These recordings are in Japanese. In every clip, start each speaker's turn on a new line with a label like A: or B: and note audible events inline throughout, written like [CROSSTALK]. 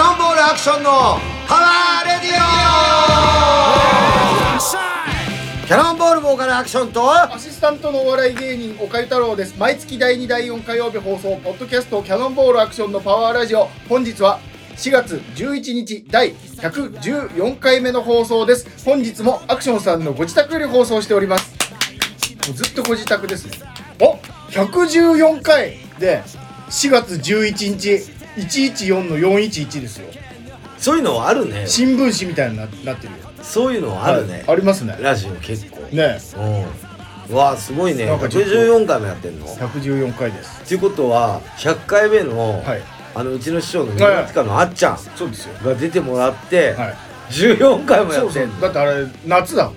A: ションのパワーレディオキャノンボールボーカルアクションと
B: アシスタントのお笑い芸人岡井太郎です毎月第2第4火曜日放送ポッドキャストキャノンボールアクションのパワーラジオ本日は4月11日第114回目の放送です本日もアクションさんのご自宅より放送しておりますもうずっとご自宅ですねお114回で4月11日114の411ですよ
A: そういうのあるね
B: 新聞紙みたいにななってるよ
A: そういうのあるね、
B: はいありますね
A: ラジオ結構
B: ね
A: うんうわあすごいね
B: なんかちょっと
A: 114回もやってんのっ
B: 114回です
A: ていうことは100回目の、
B: はい
A: あのうちの師匠の宮近のあっちゃん
B: そうですよ
A: が出てもらって、
B: はい
A: 14回もや
B: そう
A: って
B: そうん
A: の
B: だってあれ夏だもん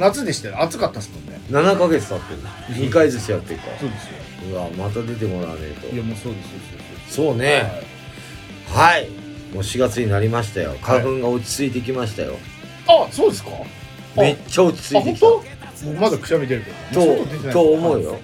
B: 夏でしたよ暑かったですもんね
A: 7ヶ月経ってんの2回ずつやってるから
B: そうですよ
A: うわまた出てもらわねえと
B: いやもうそうです
A: そう
B: よそうですよ
A: ねはい、もう4月になりましたよ花粉が落ち着いてきましたよ、
B: はいあそうですかあ
A: めっちゃ落ち着
B: あ
A: いて
B: 本
A: きた
B: 当もうまだくしゃみ出るけど
A: とと思うよ
B: よ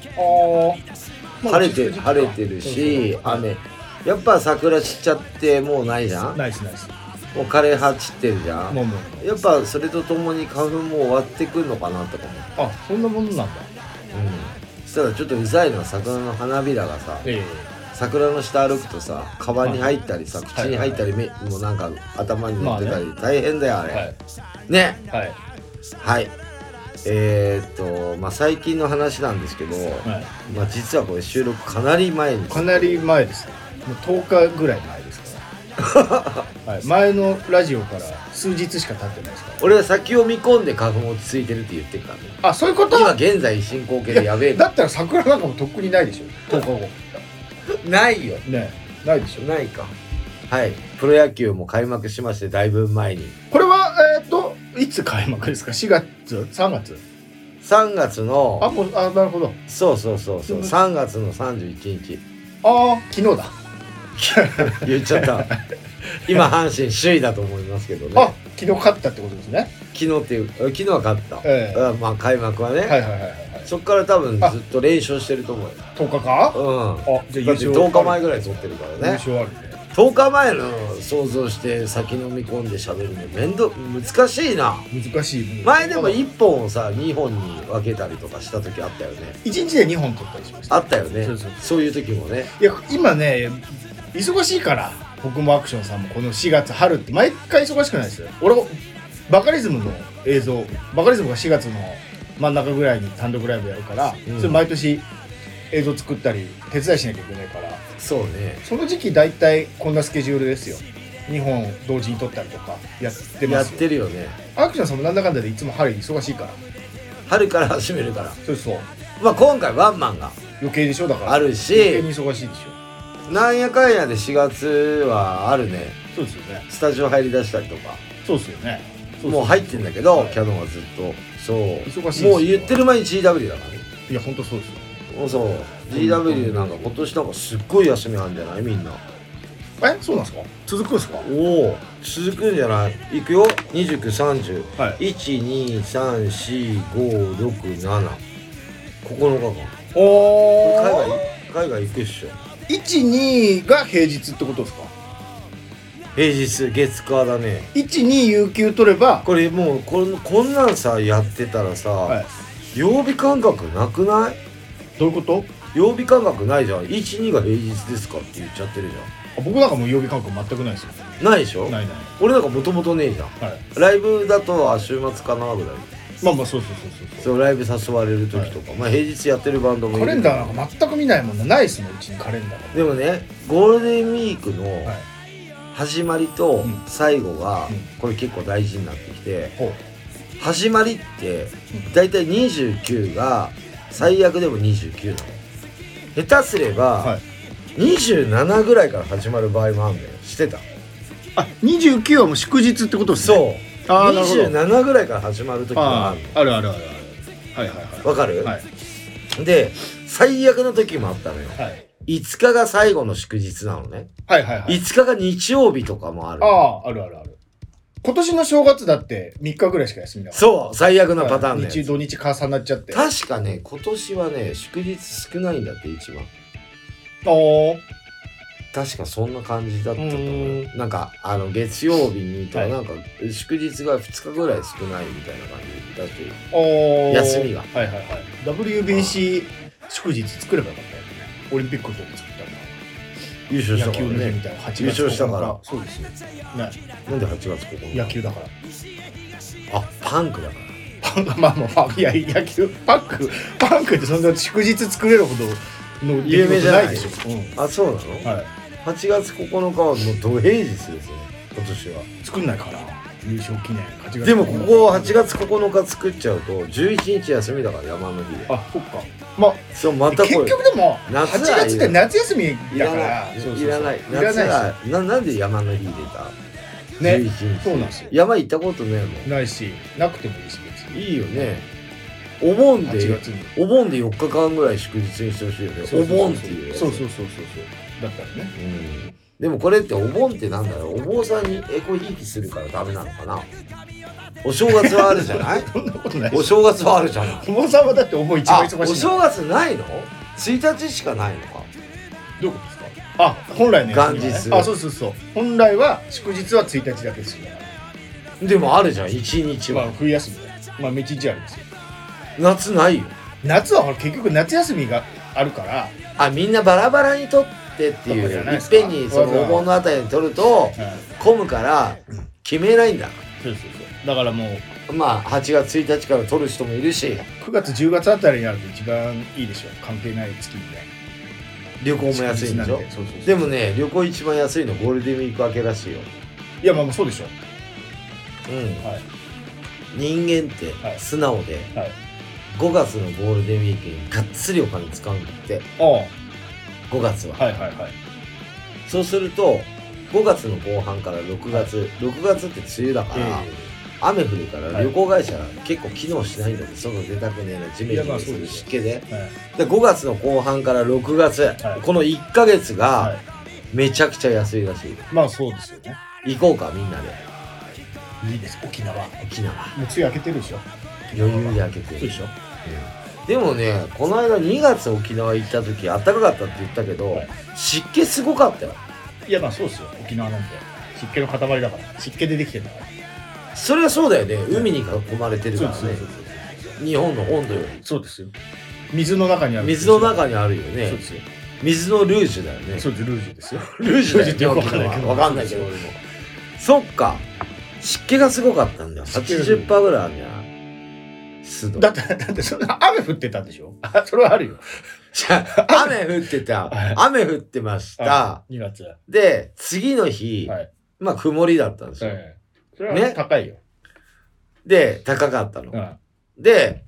B: ああ
A: 晴れて晴れてるし雨やっぱ桜散っちゃってもうないじゃん
B: ナイスナイス
A: もう枯れ葉散ってるじゃん
B: もうもう
A: やっぱそれとともに花粉も終わってくるのかなとかも、
B: あそんなものなんだ
A: うん、そしたらちょっとうざいのは桜の花びらがさ
B: え
A: 桜の下歩くとさカバンに入ったりさ
B: はい
A: 口に入ったり目もうなんか頭に乗ってたり
B: ま
A: 大変だよあ
B: え
A: れ、
B: はい
A: ね
B: はい
A: はいえー、っとまあ最近の話なんですけど、
B: はい
A: まあ、実はこれ収録かなり前に
B: かなり前ですねもう10日ぐらい前です [LAUGHS] から、はい、前のラジオから数日しか経ってないですか
A: 俺は先を見込んで花粉落ち着いてるって言ってるからね
B: らあそういうこと
A: 今現在進行形でやべえ
B: いだったら桜なんかもとっくにないでしょ10日後
A: ないよ
B: ねえないでしょ
A: ないかはいプロ野球も開幕しましてだいぶ前に
B: これはえっ、といつ開幕ですか4月3月
A: 3月
B: あ
A: の
B: もうあなるほど
A: そうそうそうそう3月の31日
B: ああ昨日だ
A: 言っちゃ
B: [LAUGHS]
A: った今阪神首位だと思いますけど
B: あ
A: ね
B: 昨日勝ったってことですね
A: 昨日っていう昨日は勝った、
B: ええ
A: あまあ開幕はね、
B: はいはいはいはい
A: そっから多分ずっと連勝してると思うよ
B: 10日か
A: うん
B: あじゃあ優
A: だって
B: 勝
A: 10日前ぐらい取ってるか
B: 優
A: らね
B: 勝あるね
A: 10日前の想像して先飲み込んで喋るの面倒難しいな
B: 難しい
A: 前でも
B: 1
A: 1本をさ2本に分けたりとかした時あったよね
B: 日で2本取ったりしました
A: あったよね
B: そ
A: そうう
B: そう
A: いう時もね
B: いや今ね忙しいから僕もアクションさんもこの4月春って毎回忙しくないですよ俺もバカリズムの映像バカリズムが4月の真ん中ぐらいに単独ライブやるから、
A: うん
B: それ毎年映像作ったり手伝いしなきゃいけないから
A: そうね
B: その時期大体こんなスケジュールですよ2本同時に撮ったりとかやって
A: や
B: ま
A: っ
B: すよ
A: てるよね
B: アクションさんもなんだかんだでいつも春忙しいから
A: 春から始めるから
B: そうそう
A: まあ今回ワンマンが
B: 余計でしょだから
A: あるし
B: 余計に忙しいでしょ
A: なんやかんやで4月はあるね
B: そうですよね
A: スタジオ入り出したりとか
B: そうですよねそうそう
A: もう入ってんだけど、
B: はい
A: キャノンはずっとそう
B: 忙しい
A: もう言ってる前に GW だからね
B: いや本当そうですよ
A: そうそう GW なんか今年なんかすっごい休みあるんじゃないみんな
B: えそうなんですか続くんですか
A: おお続くんじゃないいくよ2930
B: はい
A: 1 2 3 4 5 6 7 9日間
B: お
A: 海外海外行くっしょ
B: 12が平日ってことですか
A: 平日月火だね
B: 12有給取れば
A: これもうこんこんなんさやってたらさ、
B: はい
A: 曜日感覚なくない
B: どういうこと
A: 曜日感覚ないじゃん12が平日ですかって言っちゃってるじ
B: あ僕なんかもう曜日感覚全くないです
A: ゃ
B: よ
A: んないでしょ
B: ないな
A: 俺なんかもともとねえじゃん
B: いはい
A: ライブだとあ週末かなぐらい
B: まあまあそうそうそうそうそ
A: そうライブ誘われる時とか、まあ平日やってるバンドもい
B: うカ
A: る
B: レンダーなんか全く見ないもんねないですもんうちにカレンダー
A: でもねゴールデンウィークの
B: がはい
A: 始まりと
B: うん
A: 最後が、
B: うん
A: これ結構大事になってきて
B: ほう
A: 始まりって大体29が最悪でも29なの下手すれ
B: は
A: ば
B: い
A: 27ぐらいから始まる場合もあるんだよしてた
B: あ29はもう祝日ってことですね
A: そう
B: あーなるほど
A: 27ぐらいから始まる時があ
B: あ
A: る
B: ああるあるあるあるはいはい
A: のわかる、
B: はい
A: で最悪の時もあったのよ
B: はい
A: 5日が最後の祝日なのね、
B: はいはいはい
A: 5日が日曜日とかもある
B: あああるあるある今年の正月だって3日ぐらいしか休みなかっ
A: そう最悪
B: た
A: なパターン
B: 日
A: ね
B: 土日重なっちゃってあ
A: 確かね今年はね祝日少ないんだって一番
B: あ
A: 確かそんな感じだったと思
B: う
A: うなんかあの月曜日にとかなんか祝日が2日ぐらい少ないみたいな感じだし
B: おー
A: 休みが
B: はいはいはい WBC 祝日作ればよかったよねオリンピックの時に作ったの
A: 優勝した
B: 野
A: か
B: 球
A: ら
B: の日み
A: ね
B: たいな8月
A: 優勝したから
B: 9日そうですよね
A: なんで8月9日
B: 野球だから [LAUGHS]
A: あパンクだから
B: パンまあまあまあいや野球パンクパンクってそんな祝日作れるほどの出来
A: 有名じ
B: 事
A: ゃな
B: ないいでしょ、うん
A: あそうなの、
B: はい、
A: 8月9日はもう土平日ですね今年は
B: 作んないから優勝記念8月
A: でもここ8月9日作っちゃうと11日休みだから山の日で
B: あそっかまあ
A: そうまた
B: 結
A: こ
B: 局
A: れ
B: でも8
A: 夏はいいよ
B: 月って夏休み
A: い
B: だ
A: ら
B: か
A: な
B: ら
A: い
B: そうそうそう
A: いらない
B: いら
A: 夏
B: ない
A: はななんで山の日出た
B: しね
A: 11日
B: そうなんですよ
A: 山行ったことねえ
B: ないしなくてもいいし別
A: も
B: に
A: んいいよねお盆
B: 8
A: で
B: 月に
A: お盆で4日間ぐらい祝日にしてほしいよねお盆っていうやつ
B: そうそうそうそうそうだったらね
A: うんでもこれってお盆ってなんだろうお坊さんにエコひいきするからダメなのかなお正月はあるじゃない
B: そんなことない
A: お正月はあるじゃない
B: お坊さんはだって思い一
A: あ
B: 番忙しいん
A: お
B: だから
A: 正月ないの ?1 日しかないのか
B: どういうことですかあ本来の休みじゃない
A: 元日
B: あそうそうそう本来は祝日は1日だけですよ
A: でもあるじゃん1日
B: ま
A: は
B: あ冬休みだまあ道日ありますよ
A: 夏ないよ
B: 夏はほら結局夏休みがあるから
A: あみんなバラバラに取ってっていう
B: とかじゃない
A: い
B: で
A: っ
B: すか
A: ぺんにそのお盆のあたりに取ると混むから
B: うん
A: 決めないんだ
B: そうそうそうだからもう
A: まあ8月1日から取る人もいるし
B: 9月10月あたりになると一番いいでしょ関係ない月みたい
A: 旅行も
B: な
A: 安いんでしょ
B: 祝日なんそうそうそう
A: でもね旅行一番安いのゴールデンウィーク明けらしいよ
B: いやまあまあそうでしょ
A: うん
B: はい
A: 人間って
B: はい
A: 素直で
B: はい
A: 5月のゴールデンウィークにがっつりお金使うんだって
B: あ
A: 5月は
B: あはいはいはい
A: そうすると5月の後半から6月、6月って梅雨だから、雨降るから
B: はい
A: 旅行会社が結構機能しないんだって外出たくねえな地面
B: いやまあ
A: にす
B: そう
A: る
B: です
A: 湿気で
B: ええは
A: で
B: い
A: 5月の後半から6月、
B: はい
A: この1ヶ月が
B: は
A: めちゃくちゃ安いらしい
B: いまあそうですよね
A: 行こうかみんなで
B: いいです沖縄もう
A: 沖縄
B: 梅雨明けてるでしょ
A: 余裕で開けて
B: そうでしょ
A: でもねこの間2月沖縄行った時暖かかったって言ったけど、
B: はい
A: 湿気すごかったよ
B: いやまあそうですよ沖縄なんて湿気の塊だから湿気でできてるんだから
A: それはそうだよね海に囲まれてるからね日本の温度より
B: そうですよ水の中にある
A: 水の中
B: に
A: にあるよ
B: そう
A: ね
B: ですよ
A: 水のルージュだよね
B: そうですルージュですよ
A: ルージュだよね
B: ルージュってよくわかんないけど
A: わかんないけど俺もそっか湿気がすごかったんだよ
B: 湿気がすごい
A: 80%ぐらいあるんじゃない湿度
B: だってだってそんな雨降ってたんでしょあそれはあるよ
A: じゃあ雨降ってた
B: はい
A: 雨降ってました
B: 2月は
A: で次の日、
B: はい
A: まあ曇りだったんですよ、
B: いそれ
A: ね
B: は高いよ、
A: で高かったの、
B: うんは
A: で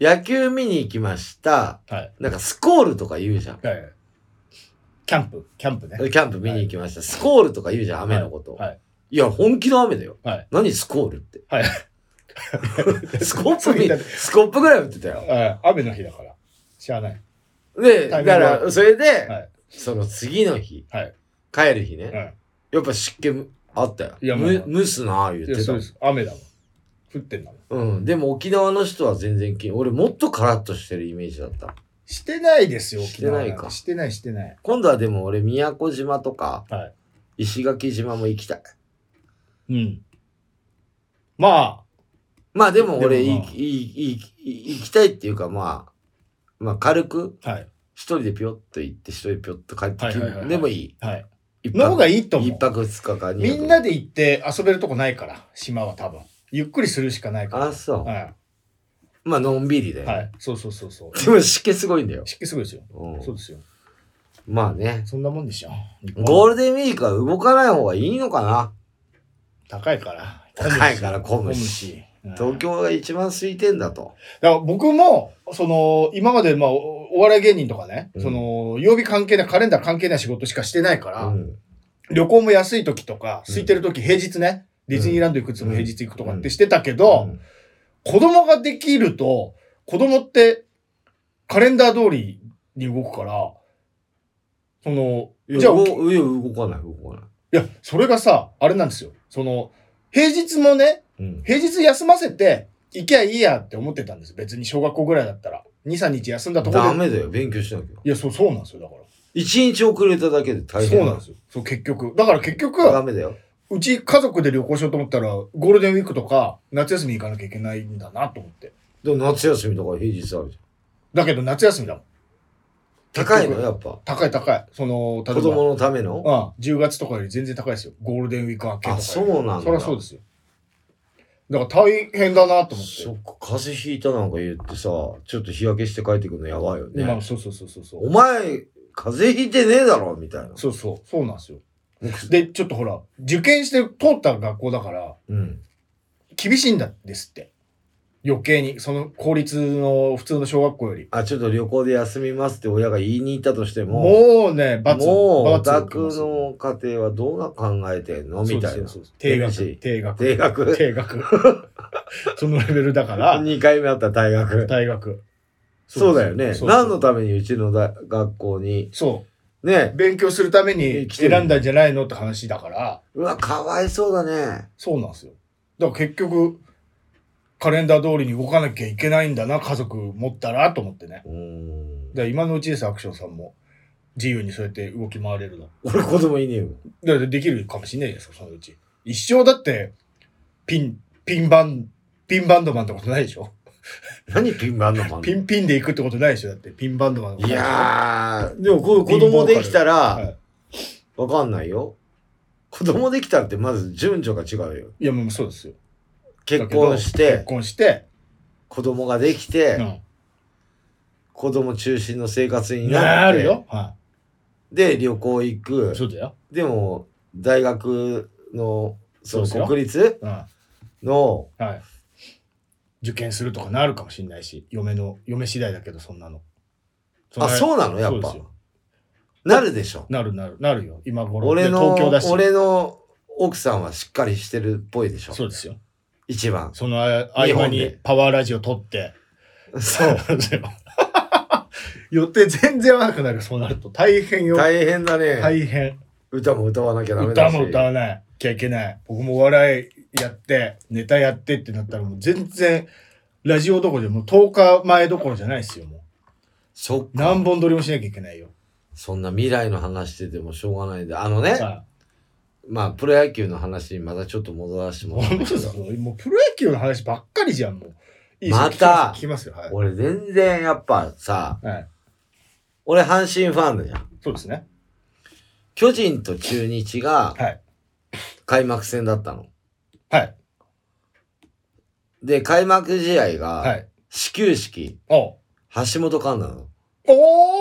A: 野球見に行きました
B: いはい
A: なんかスコールとか言うじゃん
B: キャンプキャンプね
A: キャンプ見に行きました、スコールとか言うじゃん雨のこと、
B: はい
A: いや、本気の雨だよ。
B: はい
A: 何スコールって。
B: はい
A: [LAUGHS] スコップ
B: そう
A: み
B: だね、
A: スコップぐらい打ってたよ。
B: はい雨の日だからしゃあない
A: で、
B: タ
A: だ
B: イミング
A: か
B: は
A: ら、それで、
B: はい
A: その次の日、
B: はい
A: 帰る日ね、
B: はい
A: やっぱ湿気むあったよ。
B: いやまあ
A: む蒸すなあ言っ
B: いや
A: てた
B: そうです雨だもん降ってんだもん
A: うん。でも沖縄の人は全然気俺もっとカラッとしてるイメージだった。
B: してないですよ
A: し
B: 沖
A: て
B: 縄
A: ないか
B: んしてないしてない
A: 今度はでも俺、宮古島とか、
B: はい
A: 石垣島も行きたい。
B: うんまあ
A: まあでも俺、
B: でもまあ
A: いいいいいい行きたいっていうか、まあ、まあ軽く、
B: はい。
A: 一人でぴょっと行って、一人でぴょっと帰ってき
B: はいはいはいは
A: る。
B: い
A: でもいい。
B: はい。
A: 一
B: の方
A: 泊
B: がいいと思
A: 一
B: う。
A: 泊二日か二
B: み
A: 泊
B: んなで行って遊べるとこないから、島は多分。ゆっくりするしかないから。
A: あそう、
B: は
A: まあのんびりだ
B: い。
A: よ、
B: はい。そうそうそうそう。
A: でも湿気すごいんだよ、
B: 湿気すごいですよ。
A: [LAUGHS] うん
B: そうですよ。
A: まあね
B: そんなもんでしょ。
A: ゴー
B: ル
A: ルデンウィークは動かない方がいいのかな
B: 高いから。
A: 高いから混むし
B: うん
A: 東京が一番空いてんだと
B: だから僕も、その、今まで、まあ、おお笑い芸人とかね、
A: うん
B: その、曜日関係ない、カレンダー関係ない仕事しかしてないから、
A: うん
B: 旅行も安い時とか、空いてる時、平日ね、ディズニーランド行くつも平日行くとかってしてたけど、
A: うん
B: 子供ができると、子供ってカレンダー通りに動くから、その、
A: いや
B: じゃあ、い
A: 動いや動かない動かな
B: や、それがさ、あれなんですよ。その、平日もね、
A: い、うん、
B: 平日休ませて、行きゃいいやって思ってたんです。別に小学校ぐらいだったら。2、3日休んだとこ
A: ダ
B: ろで。
A: メだよ勉強しなきゃ
B: いや、そう、そうなんですよ。だから。
A: 一日遅れただけで大変
B: そうなんですよ。そう、結局。だから結局、
A: ダメだよ
B: うち家族で旅行しようと思ったら、ゴールデンウィークとか、夏休み行かなきゃいけないんだなと思って。
A: でも夏休みとか平日あるじゃん
B: だけど夏休みだもん。
A: 高いの
B: 結局
A: やっぱ
B: 高い高い。その、例えば
A: 子供のための
B: うん、10月とかより全然高いですよ。ゴールデンウィーク明けとかよ
A: あ
B: り。
A: そうなんだ
B: そりゃそうですよ。だから大変だなと思
A: そ
B: っ
A: っか風邪ひいたなんか言ってさちょっと日焼けして帰ってくるのやばいよ
B: て。まあ、
A: ね
B: そうそうそうそうそう
A: お。前風邪ひいてねえだろみたいな
B: そうそう、そうなんですよ。で、ちょっとほら、受験して通った学校だから、
A: うん
B: 厳しいんだですって。余計に、その公立の普通の小学校より。
A: あちょっと旅行で休みますって親が言いに行ったとしても
B: もうね、罰
A: もうお
B: 罰を受
A: 宅
B: けますよ
A: の家庭はどうな考えてんのみたいな
B: そうそうそう定
A: 厳し
B: 額、
A: い
B: 定額。
A: 定額
B: 定額。 [LAUGHS] そのレベルだから、
A: 2回目あった大学
B: 大学。
A: そうだよね
B: そうそう
A: 何のためにうちの大学校に
B: そう。
A: ね
B: 勉強するために
A: 来てる
B: 選んだんじゃないのって話だから、
A: うわかわいそうだね
B: そうなんですよ。だから結局、カレンダー通りに動かなきゃいけないんだな、家族持ったら、と思ってね。
A: うーん
B: だから今のうちです、アクションさんも。自由にそうやって動き回れるの。
A: 俺子供いねえよ
B: だからできるかもしれないですか、そのうち。一生だって、ピン、ピンバン、ピンバンドマンってことないでしょ
A: 何ピンマンのマン
B: ピンピンで行くってことないでしょだって、ピンバンドマンのこと
A: い
B: ないでしょ
A: やーでもこう子供できた
B: は
A: ら
B: い、
A: わかんないよ子供できたってまず順序が違うよ
B: いや、もうそうですよ。
A: 結婚し
B: だけど結
A: て
B: 婚して、
A: 子供ができて、
B: うん
A: 子供中心の生活にな
B: な
A: って
B: るよ。は
A: で旅行行く
B: い。そうだよ。
A: でも大学のそ
B: そうです
A: の
B: よ
A: 国立
B: うん。
A: の
B: はい。受験するとかなるかもしれないし、嫁の、嫁次第だけど、そんなの。
A: あそうなのやっ
B: そうで
A: ぱ
B: すよ
A: なるでしょ
B: なるなる、なるよ。今頃。
A: 俺
B: で
A: の
B: 東京だし。
A: 俺の奥さんはしっかりしてるっぽいでしょ
B: そうですよ。
A: 一番
B: そのあ合
A: 日
B: 間
A: 本で
B: にパワーラジオ撮って。
A: そ
B: [LAUGHS] 予定全然合わなくなる。そうなると。大変よ。
A: 大変だね、
B: 大変。
A: 歌も歌わなきゃダメだ
B: 歌
A: し
B: も歌わなきゃいけない。僕もお笑いやって、ネタやってってなったら、もう全然、ラジオどころじゃ、もう10日前どころじゃないですよ、もう。
A: そっか
B: 何本撮りもしなきゃいけないよ。
A: そんな未来の話しててもしょうがないであのね
B: さあ
A: まあプロ野球の話にまたちょっと戻らせてもらうんだけど
B: もうプロ野球の話ばっかりじゃん、もう。いいですよ
A: また
B: 聞きますよ、聞きますよ
A: 俺全然やっぱさ
B: はい。はい。
A: 俺阪神ファンだじゃん
B: そうですね。
A: 巨人と中日が
B: はい。
A: 開幕戦だったの
B: はい。
A: で開幕試合
B: は
A: が
B: い。
A: 始球式
B: おう
A: 橋本環奈なの
B: おー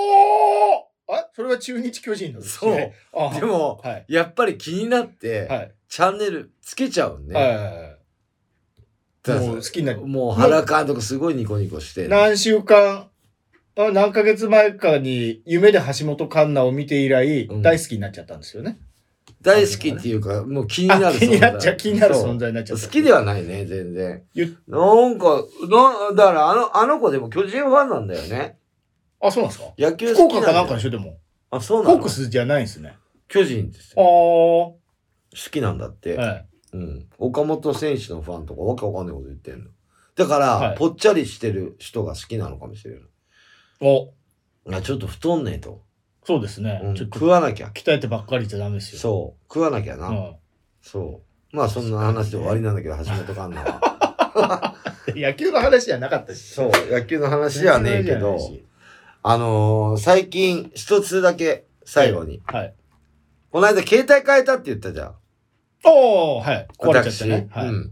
B: あそれは中日巨人のですね。あ
A: でも
B: はい。
A: やっぱり気になって、
B: はい。
A: チャンネルつけちゃうね、
B: はいはいはい
A: だから
B: もう好きになる。
A: もう原監督すごいニコニコして
B: 何週間、あ何ヶ月前かに夢で橋本環奈を見て以来
A: うん、
B: 大好きになっちゃったんですよね。
A: 大好きっていうかもう気にな
B: あ
A: る存在
B: 気になっちゃう、気になる
A: そう
B: 存在になっちゃった。
A: 好きではないね全然
B: ゆ
A: なんかなだからあのあの子でも巨人ファンなんだよね
B: あ、そうなんですか
A: 野球
B: 福
A: 好き
B: 岡か
A: だよ
B: なんかでしょ、でも。
A: あそうな
B: コ
A: の
B: ックスじゃないんですね。
A: 巨人です
B: あ
A: よ
B: あ。
A: 好きなんだって、
B: はい。
A: うん、岡本選手のファンとかわけわかんないこと言ってんのだから、
B: はい
A: ぽっちゃりしてる人が好きなのかもしれない
B: お、
A: あちょっと太んねえと、
B: そうですね。
A: うん、
B: ちょっと
A: 食わなきゃ
B: 鍛えてばっかりじゃダメですよ。
A: そう食わなきゃな、
B: う
A: そうまあそんな話で終わりなんだけど橋本環奈は
B: ん、野球の話じゃなかったし。
A: そう野球の話ではねえけどあのー最近一つだけ最後に、
B: はい。
A: この間携帯変えたって言ったじゃん。
B: おおはい。壊れちゃっ
A: 私。
B: たね。はい。
A: うん。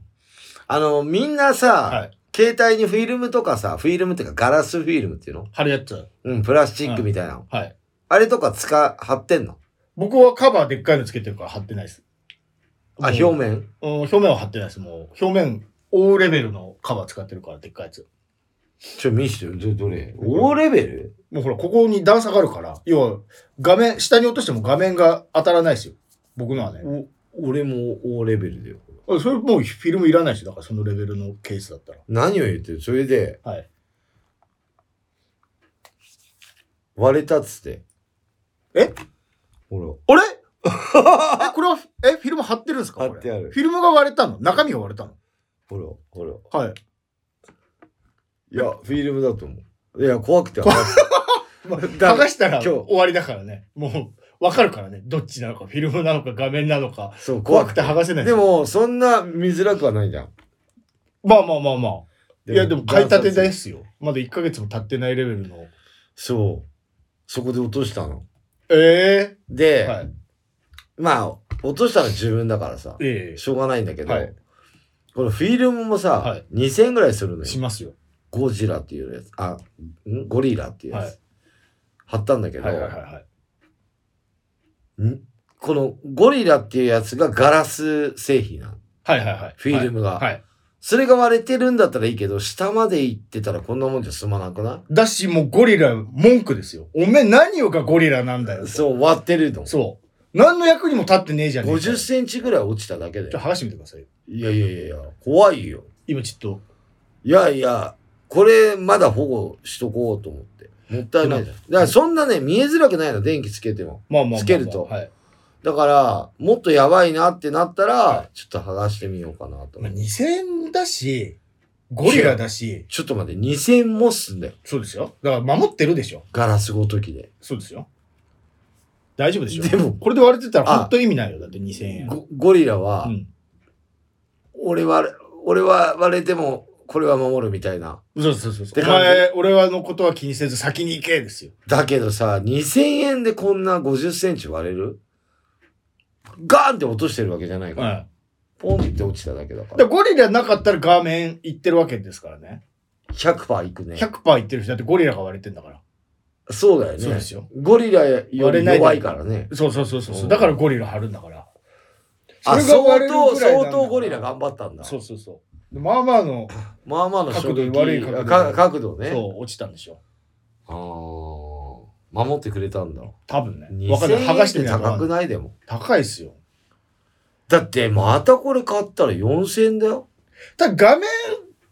A: あの、みんなさ、
B: はい。
A: 携帯にフィルムとかさ、フィルムっていうかガラスフィルムっていうの
B: 貼るやつ。
A: うん、プラスチックみたいなの。
B: はい。
A: あれとか使、貼ってんの
B: 僕はカバーでっかいのつけてるから貼ってないです。
A: あ、
B: も
A: 表
B: う
A: 面
B: うん、表面は貼ってないです。もう、表面、覆うレベルのカバー使ってるから、でっかいやつ。
A: ちょ、見してよ。ど、どれ大レベル
B: もうほら、ここに段差があるから、要は、画面、下に落としても画面が当たらないですよ。僕のはね。
A: お俺も大レベルだよ。
B: あそれもうフィルムいらないし、だからそのレベルのケースだったら。
A: 何を言ってるそれで、
B: はい。
A: 割れたっつって。
B: え
A: ほ
B: あれえ、これは、え、フィルム貼ってるんですかこれ
A: 貼ってある
B: フィルムが割れたの中身が割れたの
A: ら、ほら、ほら。
B: はい。
A: いや、フィルムだと思う。いや、怖くて貼らなかった。
B: まあ
A: だ
B: 剥がしたら
A: 今日
B: 終わりだからね。もう、わかるからね。どっちなのか、フィルムなのか、画面なのか。
A: そう怖
B: 怖
A: く
B: く
A: て
B: て剥がせない。
A: で、もそんな見づらくはないじゃん
B: まあまあまあまあ。いや、でも買いたてですよ。まだ1ヶ月も経ってないレベルの。
A: そうそこで落としたの
B: ええ
A: で、
B: はい。
A: まあ落としたの自分だからさ
B: え
A: しょうがないんだけど、
B: はい
A: このフィルムもさ、
B: はい
A: 2000円ぐらいするの
B: え
A: よ
B: しますよ。
A: ゴジラっていうやつあんゴリラっていうやつ、
B: はい
A: 貼ったんだけど、
B: はいはいはいはい。
A: んこのゴリラっていうやつがガラス製品なの
B: はいはいはい。
A: フィルムが
B: はいはい。
A: それが割れてるんだったらいいけど下まで行ってたらこんなもんじゃ済まなくな
B: だし、もうゴリラ、文句ですよ。おめえ何をがゴリラなんだよ
A: い。そう割ってるの
B: そう。何の役にも立ってねえじゃねえか
A: 50センチぐらい落ちただけ
B: ちょ
A: で
B: っと剥がしてみてくださいよ。
A: いやいやいやいや怖いよ
B: 今ちょっと。
A: いやいやこれまだ保護しとこうと思ってもったいないじゃんだからそんなね見えづらくないの電気つけても
B: まあまあまあまあ
A: つけると
B: はい。
A: だからもっとやばいなってなったら、
B: は
A: ちょっと剥がしてみようかなと思
B: まあ、
A: う
B: 2000円だし、ゴリラだし、
A: ちょっと待って2000円もすんだよ
B: そうですよ。だから守ってるでしょ。
A: ガラスごときで
B: そうですよ。大丈夫でしょ。
A: でも
B: これで割れてたら
A: あ
B: 本当意味ないよ。だって2000円。
A: ゴゴリラは、
B: うん。
A: 俺は俺は割れてもこれは守るみたいな
B: そうそうそうそ
A: で
B: う。お前、俺はのことは気にせず先に行けですよ。
A: だけどさ2000円でこんな50センチ割れるガーンって落としてるわけじゃないから、
B: は
A: ポンって落ちただけだか
B: い。で
A: ら
B: ゴリラなかったら画面行ってるわけですからね。
A: 100%いくね
B: 100%行ってる人だってゴリラが割れてんだから。
A: そうだよね
B: そうですよ
A: ゴリラより弱いからね
B: そうそうそうそうそうう。
A: ん
B: だからゴリラ貼るんだから。
A: あ
B: それが
A: 相
B: 割れるぐらいな
A: 当
B: んだから
A: 相当ゴリラ頑張ったんだ
B: そうそうそう。まあまあの、
A: まあまあの衝撃
B: 角度悪い角度
A: か角度ね
B: そう、落ちたんでしょ。
A: あー守ってくれたんだ
B: 多分ね。わかん
A: 2000
B: ない。剥
A: 円
B: が
A: っ
B: して
A: て
B: みた
A: 高く
B: ら
A: ないでも
B: 高いですよ。
A: だってまたこれ買ったら4000円だよ
B: ただ画面、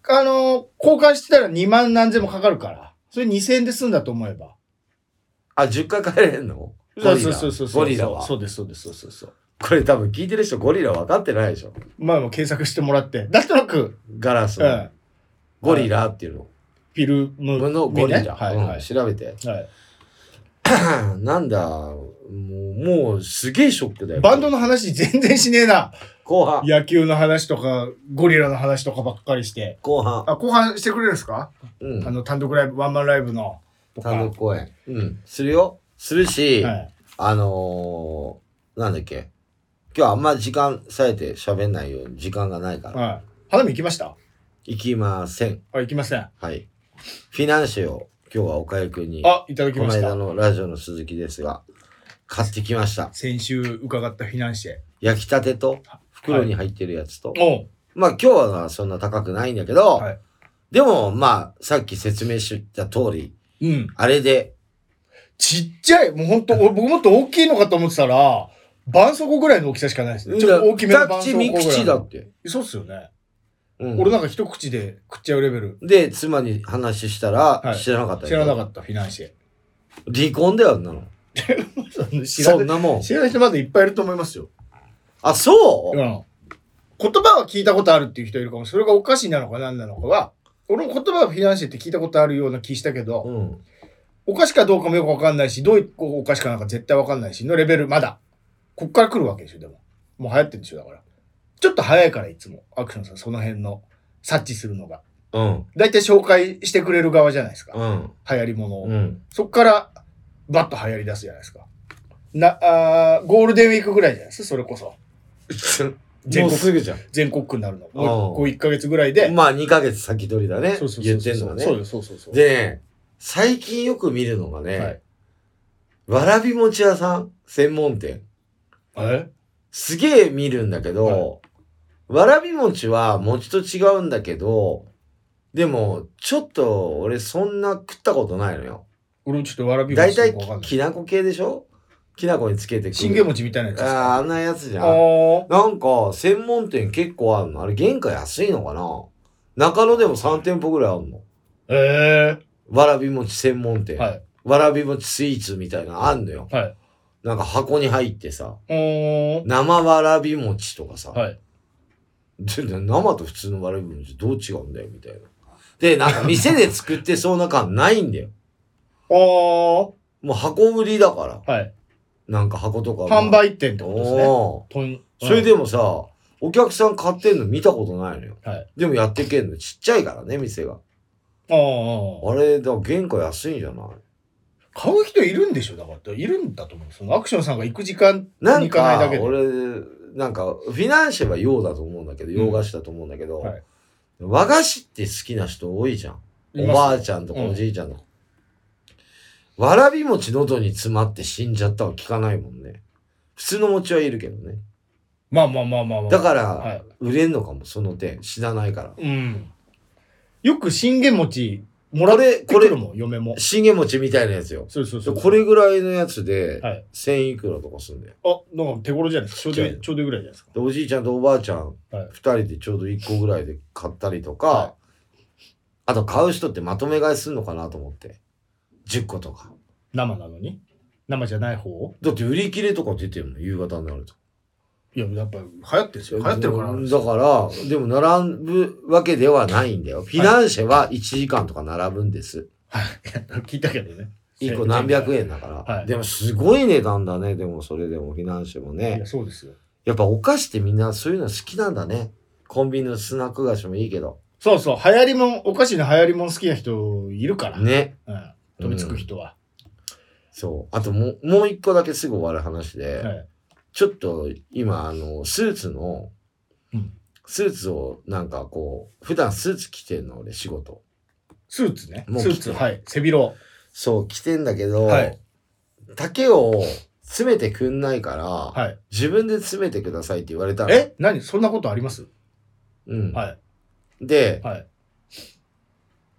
B: あの、交換してたら2万何千もかかるから。それ2000円で済んだと思えば。
A: あ10回帰れんの
B: そうそうそうそうそう。
A: ゴリラは
B: そうです、そうです、そうですそうです。
A: これ多分聞いてる人ゴリラ分かってないでしょ
B: まあ、もう検索してもらって。なんとなく、
A: ガラス
B: う
A: の、
B: ん。
A: ゴリラっていうの、
B: フィルム
A: このゴリラ、
B: ねはいは
A: うん
B: い。
A: 調べて [CLEARS THROAT]
B: はい
A: なんだもうもうすげえショックだよ
B: バンドの話全然しねえな。
A: 後半
B: 野球の話とか、ゴリラの話とかばっかりして。
A: 後半
B: あ、後半してくれるんですか
A: うん
B: あの、単独ライブ、ワンマンライブの。とか。
A: 単独公演うんするよするし、
B: はい。
A: あのー、なんだっけ今日あんま時間さえて喋んないように時間がないから、
B: はい。花見行きました
A: 行きません
B: あ、行きません。
A: はいフィナンシェを今日はおかゆくんに
B: あ、いただき
A: こ
B: ま
A: の
B: し
A: 間
B: た。
A: のラジオの鈴木ですが買ってきました
B: 先週伺ったフィナンシェ。
A: 焼きたてと袋に入ってるやつと、
B: お
A: まあ今日はそんな高くないんだけど、
B: はい
A: でもまあさっき説明した通り、
B: うん。
A: あれで、
B: ちっちゃい。もうほんと、お僕もっと大きいのかと思ってたら、絆創膏ぐらいの大きさしかないですね。ちょっと大きめの
A: 二
B: 絆
A: 口
B: 創膏ぐらい
A: 三
B: の。
A: 口だって。
B: そうっすよね。
A: うん
B: 俺なんか一口で食っちゃうレベル。
A: で、妻に話したら、
B: はい
A: 知らなかった
B: 知らなか
A: っ
B: った、フィナンシ [LAUGHS] ェ。
A: た。離婚だよ、あんなの。
B: 知ら
A: そ
B: なんい。
A: なもん。
B: 知らない人まだいっぱいいると思いますよ。。
A: あ、そううん
B: 言葉は聞いたことあるっていう人いるかも。それがおかしいなのか何なのかは、俺も言葉はフィナンシェって聞いたことあるような気したけど、
A: うん。
B: お菓子かどうかもよくわかんないし、どういうお菓子かなんか絶対わかんないし、のレベル、まだ。こっから来るわけでしょ、でも。もう流行ってるんでしょ、だから。ちょっと早いから、いつも。アクションさん、その辺の、察知するのが。
A: うん。
B: だいたい紹介してくれる側じゃないですか。
A: うん。
B: 流行り物を。
A: うん。
B: そっから、バッと流行り出すじゃないですか。な、あーゴールデンウィークぐらいじゃないですか、それこそ。 [LAUGHS] 全
A: もう
B: 国
A: すぐじゃん。
B: 全国区になるの。
A: う
B: も
A: ん
B: う、こう1ヶ月ぐらいで。
A: まあ2ヶ月先取りだね。
B: そうそうそ
A: 言
B: う
A: ってんの
B: そ
A: は
B: う。
A: ね。
B: そうよそうそうそう。
A: でね、最近よく見るのがね、
B: はい
A: わらび餅屋さん専門店。
B: え
A: すげえ見るんだけど、
B: は
A: わらび餅は餅と違うんだけど、でも、ちょっと俺そんな食ったことないのよ。
B: 俺もちょっとわらび
A: だい
B: 餅
A: た
B: と
A: い
B: かわかんない。
A: きなこ系でしょきなこにつけてくる。
B: 信玄餅みたいなやつ
A: あ
B: ですか
A: あ、あんなやつじ
B: あ
A: ゃん。
B: ー
A: なんか、専門店結構あるの。あれ、原価安いのかな中野でも3店舗ぐらいあるの。
B: え
A: わらび餅専門
B: え
A: 店。
B: はい。
A: わらび餅スイーツみたいなのあんのよ。
B: はい。
A: なんか箱に入ってさ、
B: おー
A: 生わらび餅とかさ、
B: はい。
A: で生と普通のわらび餅どう違うんだよみたいな。で、なんか店で作ってそうな感ないんだよ。
B: あー、
A: もう箱売りだから。
B: はい。
A: なんか箱とかも。
B: 販売店ってことですね。
A: お
B: とん
A: ーそれ、でもさ、お客さん買ってんの見たことないのよ。
B: はい。
A: でもやってけんの。ちっちゃいからね、店が。
B: あーあー。
A: あれ、だから原価安いんじゃない
B: 買う人いるんでしょだから、いるんだと思う。そのアクションさんが行く時間
A: な
B: に
A: ん
B: 行かないだ
A: か
B: け、で。
A: 俺、なんか、フィナンシェは洋だと思うんだけど、洋菓子だと思うんだけど、
B: はい
A: 和菓子って好きな人多いじゃん。
B: い
A: お
B: ます
A: ばあちゃんとか
B: うん
A: おじいちゃんとか。わらび餅喉に詰まって死んじゃったは聞かないもんね。普通の餅はいるけどね。
B: まあまあまあまあまあ。
A: だから、
B: はい
A: 売れんのかも、その点。知らないから。
B: うん。よく信玄餅もらってく
A: これ
B: るもん、嫁も。
A: 信玄餅みたいなやつよ。
B: そうそうそう。
A: これぐらいのやつで、
B: はい
A: 1000いくらとかすんだよ。
B: あ、なんか手頃じゃないですか。ちょう
A: ちっちゃ
B: ど
A: い
B: ちょうどいいぐらいじゃないですか。
A: でおじいちゃんとおばあちゃん、
B: はい
A: 二人でちょうど一個ぐらいで買ったりとか、
B: は
A: あと買う人ってまとめ買いするのかなと思って。10個とか。
B: 生なのに生じゃない方を
A: だって売り切れとか出てるの、夕方になると。
B: いや、やっぱ流行ってるんですよ。流行ってるから。
A: だから、でも並ぶわけではないんだよ。フィナンシェは1時間とか並ぶんです。
B: [LAUGHS] 聞いたけどね。
A: 一個何百円だから。
B: はい
A: でもすごい値段だね。でもそれでもフィナンシェも
B: い
A: ね
B: や。そうですよ。
A: やっぱお菓子ってみんなそういうの好きなんだね。コンビニのスナック菓子もいいけど。
B: そうそう。流行りもん、お菓子に流行りもん好きな人いるから。
A: ね。
B: うん。飛びつく人は。
A: そう。あともう、もう一個だけすぐ終わる話で、
B: はい。
A: ちょっと今、あの、スーツの
B: うん、
A: スーツをなんかこう、普段スーツ着てんの俺仕事。
B: スーツね。
A: もう
B: スーツ。はい。背広。
A: そう、着てんだけど、
B: はい
A: 丈を詰めてくんないから、
B: はい。
A: 自分で詰めてくださいって言われたの。
B: え何そんなことあります
A: うん。
B: は
A: で
B: い。、はい。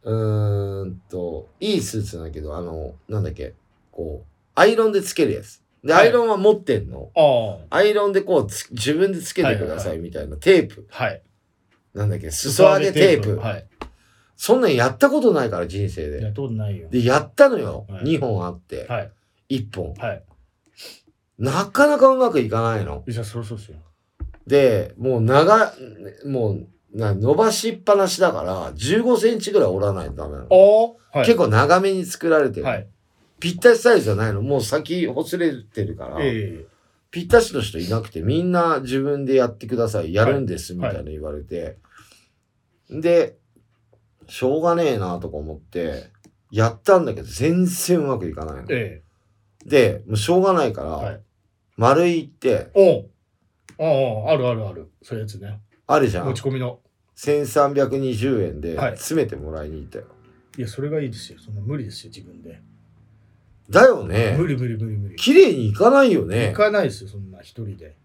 A: うーんと、いいスーツなんだけど、あの、なんだっけ、こう、アイロンでつけるやつ。で、
B: はい
A: アイロンは持ってんの。
B: ああ。
A: アイロンでこうつ、自分でつけてくださいみたいなテープ。
B: はい。
A: なんだっけ、裾上げテープ。
B: はい。
A: そんなんやったことないから、人生
B: や
A: で
B: っ。たことないよ。
A: で、やったのよ。
B: はい
A: 2本あって。
B: はい。
A: 1本。
B: はい。
A: なかなかうまくいかないの。
B: いや、そりゃそうですよ。
A: で、もう長、もう、な伸ばしっぱなしだから、15センチぐらい折らないとダメなの。
B: ああ。はい。
A: 結構長めに作られてる。
B: はい。
A: ぴったしサイズじゃないの。もう先ほつれてるから、
B: え
A: ぴったしの人いなくて、みんな自分でやってください。やるんです、み
B: は
A: た
B: い
A: いな言われて。で、しょうがねえなとか思って、やったんだけど、全然うまくいかない
B: え。
A: の。
B: え
A: で、もうしょうがないから、
B: え。はい。
A: 丸いって、
B: おう。ああ、あるあるある。そういうやつね。
A: あるじゃ
B: 持
A: ん
B: ち。込みの。
A: 1320円で
B: はい
A: 詰めてもらいに行ったよ。
B: いや、それがいいですよ。そんな無理ですよ、自分で。
A: だよね
B: 無。理無理無理無理。
A: 綺麗にいかないよ
B: 行
A: ね。
B: かないですよ、そんな一人で。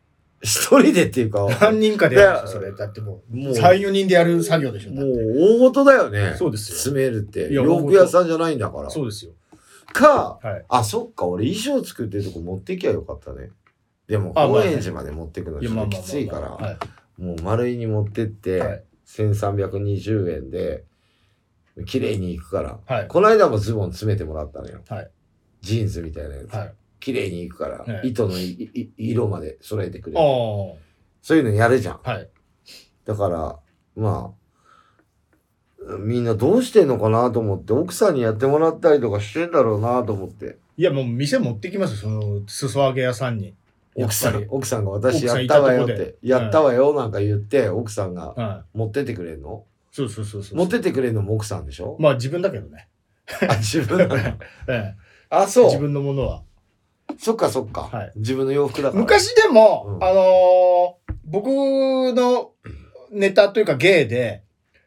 A: 一人でっていうか、
B: 何人かでやるんですよ、それ。だってもう、
A: もう、
B: 3、4人でやる作業でしょ、だ
A: も
B: っ
A: う
B: て。
A: 大事だよね。
B: そうですよ。
A: 詰めるって。
B: いや
A: 洋服屋さんじゃないんだから。
B: そうですよ。
A: か、
B: はい。
A: あ、そっか、俺衣装作ってるとこ持ってきゃよかったね。でも、
B: あまあ
A: 高円寺まで持ってくのちょっときついから、
B: はい。
A: もう丸いに持ってって、
B: はい
A: 1320円で、綺麗に行くから。
B: はい。
A: この間もズボン詰めてもらったのよ。
B: はい
A: ジーンズみたいなやつ。
B: はい。
A: 綺麗に行くから、
B: はい
A: 糸のいい色まで揃えてくれ
B: あ
A: る。
B: あ。
A: そういうのやるじゃん。
B: はい。
A: だから、まあ、みんなどうしてんのかなと思って、奥さんにやってもらったりとかしてんだろうなと思って。
B: いや、もう店持ってきますよ、その、裾上げ屋さんに。やっ
A: 奥さ
B: ぱ
A: ん
B: り。、
A: 奥さんが私やったわよっ
B: 奥さんいた
A: て
B: と、こで
A: やったわよなんか言って、奥さんが
B: はい。
A: 持ってってくれるの
B: そうそうそうそう。
A: 持ってってくれるのも奥さんでし
B: [LAUGHS]
A: ょ
B: まあ自分だけどね。
A: あ、自分なの
B: え
A: あ、
B: え。
A: そ
B: 自
A: う。
B: 分のものは。
A: そっかそっか、
B: はい
A: 自分の洋服だから。
B: 昔でも、
A: うん
B: あのー僕のネタというか芸で、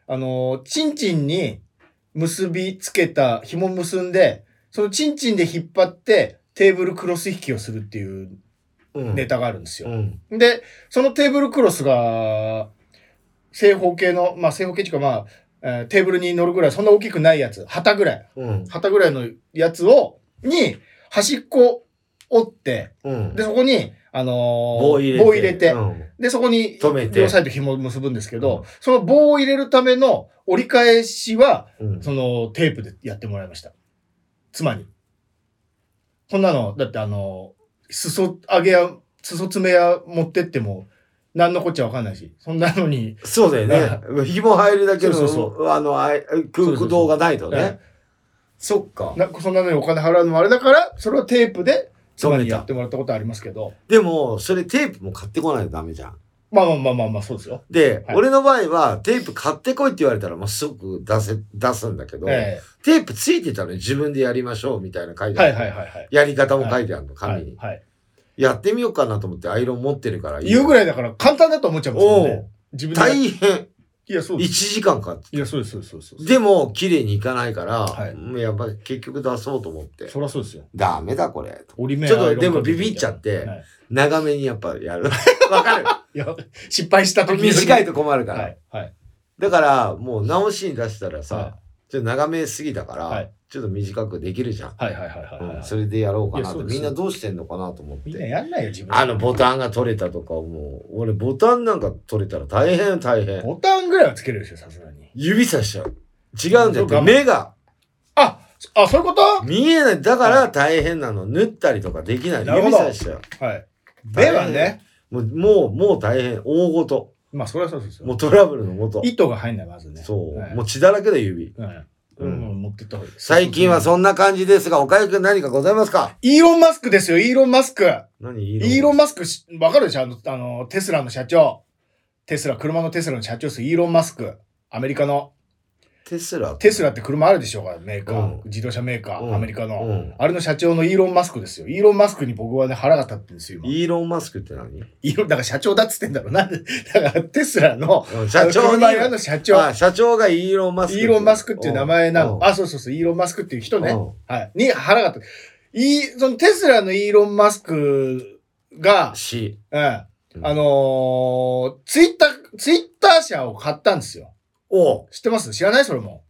B: あのーチンチンに結びつけた紐結んで、そのチンチンで引っ張ってテーブルクロス引きをするっていう
A: うん、
B: ネタがあるんです
A: う
B: よ。
A: ん。
B: で、そのテーブルクロスが、正方形の、まあ正方形っていうかまあ、えーテーブルに乗るぐらい、そんな大きくないやつ、旗ぐらい、
A: うん。
B: 旗ぐらいのやつを、に端っこ折って、
A: うん。
B: で、そこに、あのー
A: 棒入れて。
B: 棒入れて、
A: うん
B: で、そこに、
A: 止めて
B: 両サイド紐を結ぶんですけど、
A: うん
B: その棒を入れるための折り返しは、
A: うん
B: そのテープでやってもらいました。妻に。こんなの、だってあの、裾上げや、裾詰めや持ってっても、何のこっちゃわかんないし、そんなのに、
A: そうだよね。紐入るだけの、
B: そうそう
A: あの、あい空
B: そうそうそう
A: 空洞がないと
B: え
A: ね。そっか。
B: なそんなのにお金払うのもあれだから、それをテープで
A: そう
B: 妻
A: め
B: に
A: ち
B: や
A: ゃ
B: ってもらったことありますけど。
A: でも、それテープも買ってこないとダメじゃん。
B: まあまあまあまあまあ、そうですよ。
A: で、
B: はい
A: 俺の場合は、テープ買ってこいって言われたら、まあ、すぐ出せ、出すんだけど、
B: え
A: テープついてたのに自分でやりましょうみたいな書い
B: え
A: てあ
B: はい
A: る。
B: はいはいはい。
A: やり方も書いてあるの、
B: は
A: 紙に
B: い、。はい。
A: やってみようかなと思ってアイロン持ってるからいい
B: 言うぐらいだから簡単だと思っちゃうんですよ
A: お
B: ね
A: う。
B: 自分でや。い
A: 大変
B: や、そうで
A: !1
B: す。
A: 時間かかって。
B: いや、そうです、そうです、そうですそうで
A: でも、綺麗にいかないから、
B: はい
A: もうやっぱり結局出そうと思って
B: す。。そりゃそうですよ。
A: ダメだこれ。
B: 折り目
A: ちょっ
B: アイ
A: と
B: ロン
A: でも
B: かけ
A: ビ
B: みたいな
A: ビっちゃって、
B: はい
A: 長めにやっぱ
B: [LAUGHS]
A: やる。わかる
B: いや、失敗した時
A: 短い
B: と
A: と困るから。
B: はい。はい。
A: だから、もう直しに出したらさ、
B: は
A: ちょっと長めすぎたから、
B: はい
A: ちょっと短くできるじゃん。
B: はいはいはいはいはい
A: うん
B: はい。
A: それでやろうかなっ
B: いやそ
A: て。
B: うです
A: みんなどうしてんのかなと思っ
B: みんな
A: て。
B: やんないよ、自分で。
A: あのボタンが取れたとかもう、俺ボタンなんか取れたら大変大変。
B: ボタンぐらいはつけるでしょ、さすがに。
A: 指さしちゃう。違うんだ
B: そう
A: よ
B: か。
A: 目が
B: あ、そあ、そういうこと
A: 見えない。だから大変なの。縫ったりとかできない。
B: なるほ
A: 指
B: ど
A: さしちゃう。
B: はい。ではね、
A: もう、もう、もう大変。大ごと。
B: まあ、それはそうです
A: も
B: よ
A: う。トラブルのもと。
B: 糸が入んない、まずね。
A: そう、
B: はい
A: もう血だらけだよ指。
B: はい。
A: う
B: うんん、持ってった方がいい。
A: 最近はそんな感じですが、おかゆくん何かございますか
B: イーロン・マスクですよ、イーロン・マスク。
A: 何イ
B: イーロン・マスクし、わかるでしょあの、あの、テスラの社長。テスラ、車のテスラの社長です、イーロン・マスク。アメリカの。
A: テスラ
B: テスラって車あるでしょうか、メーカー。
A: うん
B: 自動車メーカー、
A: うん
B: アメリカの、
A: うん
B: あれの社長のイーロン・マスクですよ。イーロン・マスクに僕はね、腹が立ってるんですよ、今。
A: イーロン・マスクって何
B: イーロン、だから社長だっつってんだろうな。 [LAUGHS] だからテスラの、
A: 社長に
B: あの車屋の社長。
A: あ社長がイーロン・マスク
B: イーロン・マスクっていう名前なの。
A: あ
B: あ、そうそうそう、イーロン・マスクっていう人ね。
A: うん
B: はい。に腹が立って。いそのテスラのイーロン・マスクが、
A: し
B: うん、あ
A: うん
B: のーツイッター、ツイッター社を買ったんですよ。
A: お
B: 知ってます知らないそれも。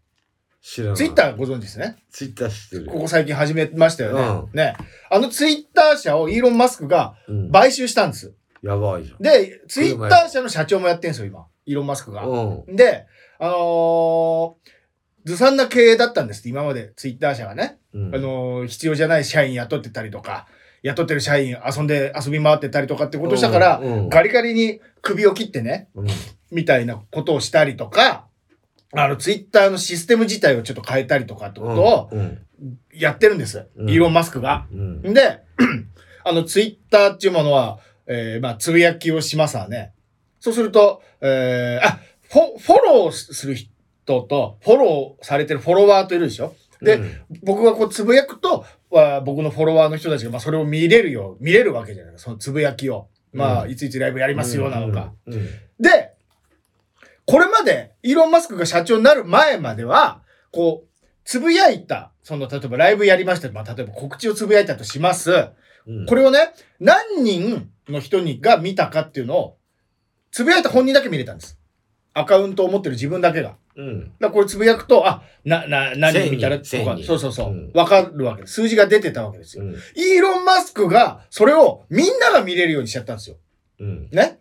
A: 知らない
B: ツイッターご存知ですね。
A: ツイッター知ってる
B: ここ最近始めましたよね。
A: うん
B: ね。あのツイッター社をイーロン・マスクが
A: うん
B: 買収したんです。
A: やばいじゃん
B: で、ツイッター社の社長もやってんですよ、今。イーロン・マスクが。
A: うん
B: で、あのーずさんな経営だったんですって、今までツイッター社がね。
A: うん
B: あのー必要じゃない社員雇ってたりとか、雇ってる社員遊んで遊び回ってたりとかってことしたから、
A: うんうん
B: ガリガリに首を切ってね、
A: うん
B: みたいなことをしたりとか、あの、ツイッターのシステム自体をちょっと変えたりとかってことを
A: うん
B: やってるんです。
A: うん
B: イーロン・マスクが。
A: うん
B: で、 [CLEARS THROAT] あの、ツイッターっていうものは、えーまあ、つぶやきをしますわね。そうすると、えーあ、フォ、フォローする人と、フォローされてるフォロワーといるでしょで、
A: うん
B: 僕がこう、つぶやくと、は僕のフォロワーの人たちが、まあ、それを見れるよ、見れるわけじゃないですか、そのつぶやきを。まあ、
A: うん
B: いついつライブやりますよ、なのか。
A: うんうん
B: で、これまで、イーロン・マスクが社長になる前までは、こう、つぶやいた、その、例えばライブやりました、まあ、例えば告知をつぶやいたとします。
A: うん
B: これをね、何人の人にが見たかっていうのを、つぶやいた本人だけ見れたんです。アカウントを持ってる自分だけが。だか
A: うん
B: らこれつぶやくと、あ、な、な、何人見たらと
A: 千人千
B: か、
A: 人
B: そうそうそう
A: うん、
B: わ、かるわけです。数字が出てたわけです
A: う
B: よ。
A: ん
B: イーロン・マスクが、それをみんなが見れるようにしちゃったんですよ。
A: うん
B: ね。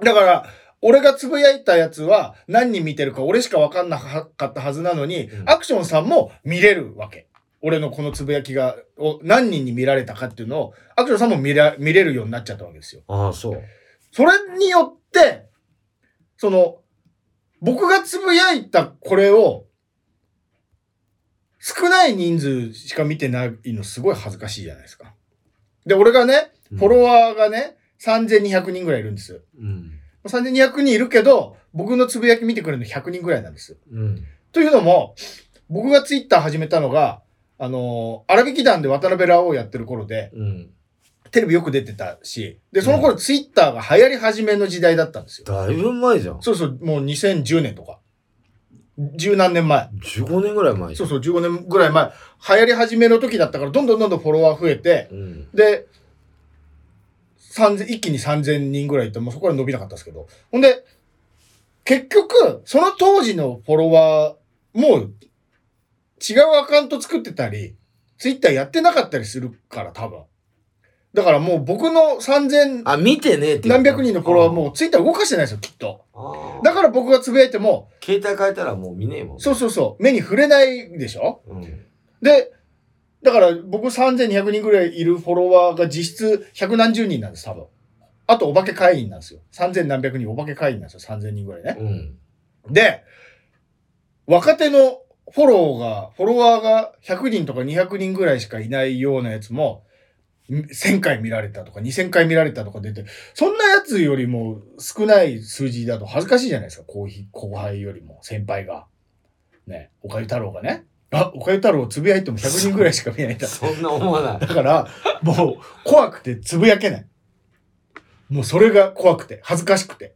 B: だから、俺がつぶやいたやつは何人見てるか俺しかわかんなかったはずなのに、
A: うん
B: アクションさんも見れるわけ。俺のこのつぶやきが、を何人に見られたかっていうのを、アクションさんも見ら見れるようになっちゃったわけですよ。
A: ああそう
B: それによって、その、僕がつぶやいたこれを、少ない人数しか見てないのすごい恥ずかしいじゃないですか。で、俺がね、フォロワーがね、3200人ぐらいいるんです。
A: うん
B: 3200人いるけど、僕のつぶやき見てくれるの100人ぐらいなんです。
A: うん
B: というのも、僕がツイッター始めたのが、あのー、荒引き団で渡辺らをやってる頃で、
A: うん
B: テレビよく出てたし、で、その頃ツイッターが流行り始めの時代だったんですよ。
A: だいぶ前じゃん
B: そうそう、もう2010年とか。十何年前。
A: 15年ぐらい前じ
B: そ
A: ゃ
B: うんそう、15年ぐらい前。流行り始めの時だったから、どんどんどんどんフォロワー増えて、
A: うん
B: で、3000一気に3000人ぐらいいって、もうそこから伸びなかったですけど。ほんで、結局、その当時のフォロワー、もう、違うアカウント作ってたり、ツイッターやってなかったりするから、多分。だからもう僕の3000
A: あ見てねえって
B: 何百人のフォロワー
A: う
B: もうツイッター動かしてないですよ、きっと。
A: あー
B: だから僕がつぶやいても、
A: 携帯変えたらもう見ねえもん
B: そうそうそう、目に触れないでしょ
A: うん
B: で、だから僕3200人ぐらいいるフォロワーが実質百何十人なんです、多分。あとお化け会員なんですよ。3000何百人お化け会員なんですよ、3000人ぐらいね。
A: うん
B: で、若手のフォローが、フォロワーが100人とか200人ぐらいしかいないようなやつも、ん1000回見られたとか2000回見られたとか出て、そんなやつよりも少ない数字だと恥ずかしいじゃないですか、後輩後輩よりも、先輩が。ね、おかゆ太郎がね。あ、おかゆ太郎つぶやいても100人ぐらいしか見ないんだ。
A: そんな思わない
B: だから、もう、怖くてつぶやけない。もうそれが怖くて、恥ずかしくて。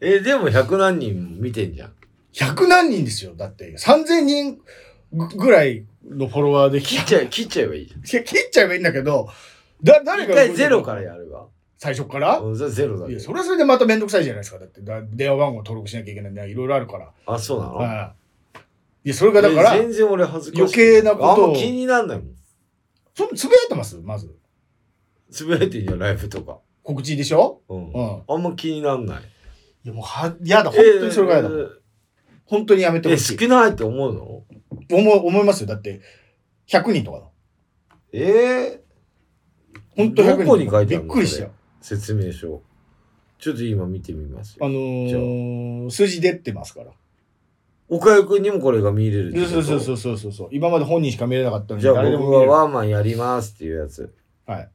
A: えでも100何人見てんじゃん
B: 100何人ですよ。だって、3000人ぐぐらいのフォロワーで
A: 切っ
B: 切っ [LAUGHS]
A: ちゃえ切っちゃえばいいじゃん
B: 切っちゃえばいいんだけど、だ、誰
A: 一
B: が。
A: 回ゼロからやれば
B: 最初から
A: うんそれゼロだ
B: い
A: け
B: や、
A: ど
B: それはそれでまためんどくさいじゃないですか。だって、だ電話番号登録しなきゃいけないんだ。いろいろあるから。
A: あそうなの
B: はい。いや、それがだか
A: え
B: ら、
A: 全然俺恥ずかしい
B: 余計なこ
A: あん
B: と
A: ま
B: を。
A: 気になんないもん
B: そつぶやいてますまず。
A: つぶやいてんじゃんライブとか
B: 告知でしょ
A: うん
B: うん。
A: あんま気になんない
B: いや、もう、は、やだ。本当にそれがやだ。本当にやめ
A: え
B: て
A: ー
B: ほ
A: え
B: しい。
A: 少ないって思うの
B: 思う、思いますよ。だって、100人とかの。
A: え
B: 本当100人とか。
A: どこに書いてあるの
B: びっくりしたよ。
A: ー、説明書ちょっと今見てみます
B: あ
A: よ
B: のー、数字出てますから。
A: おかゆくんにもこれが見れるってこと
B: そうそうそうそうそうそう。今まで本人しか見れなかったのに、
A: じゃあ
B: 誰でも
A: 僕
B: 見れ
A: は
B: る。
A: ワーマンやりますっていうやつ
B: はい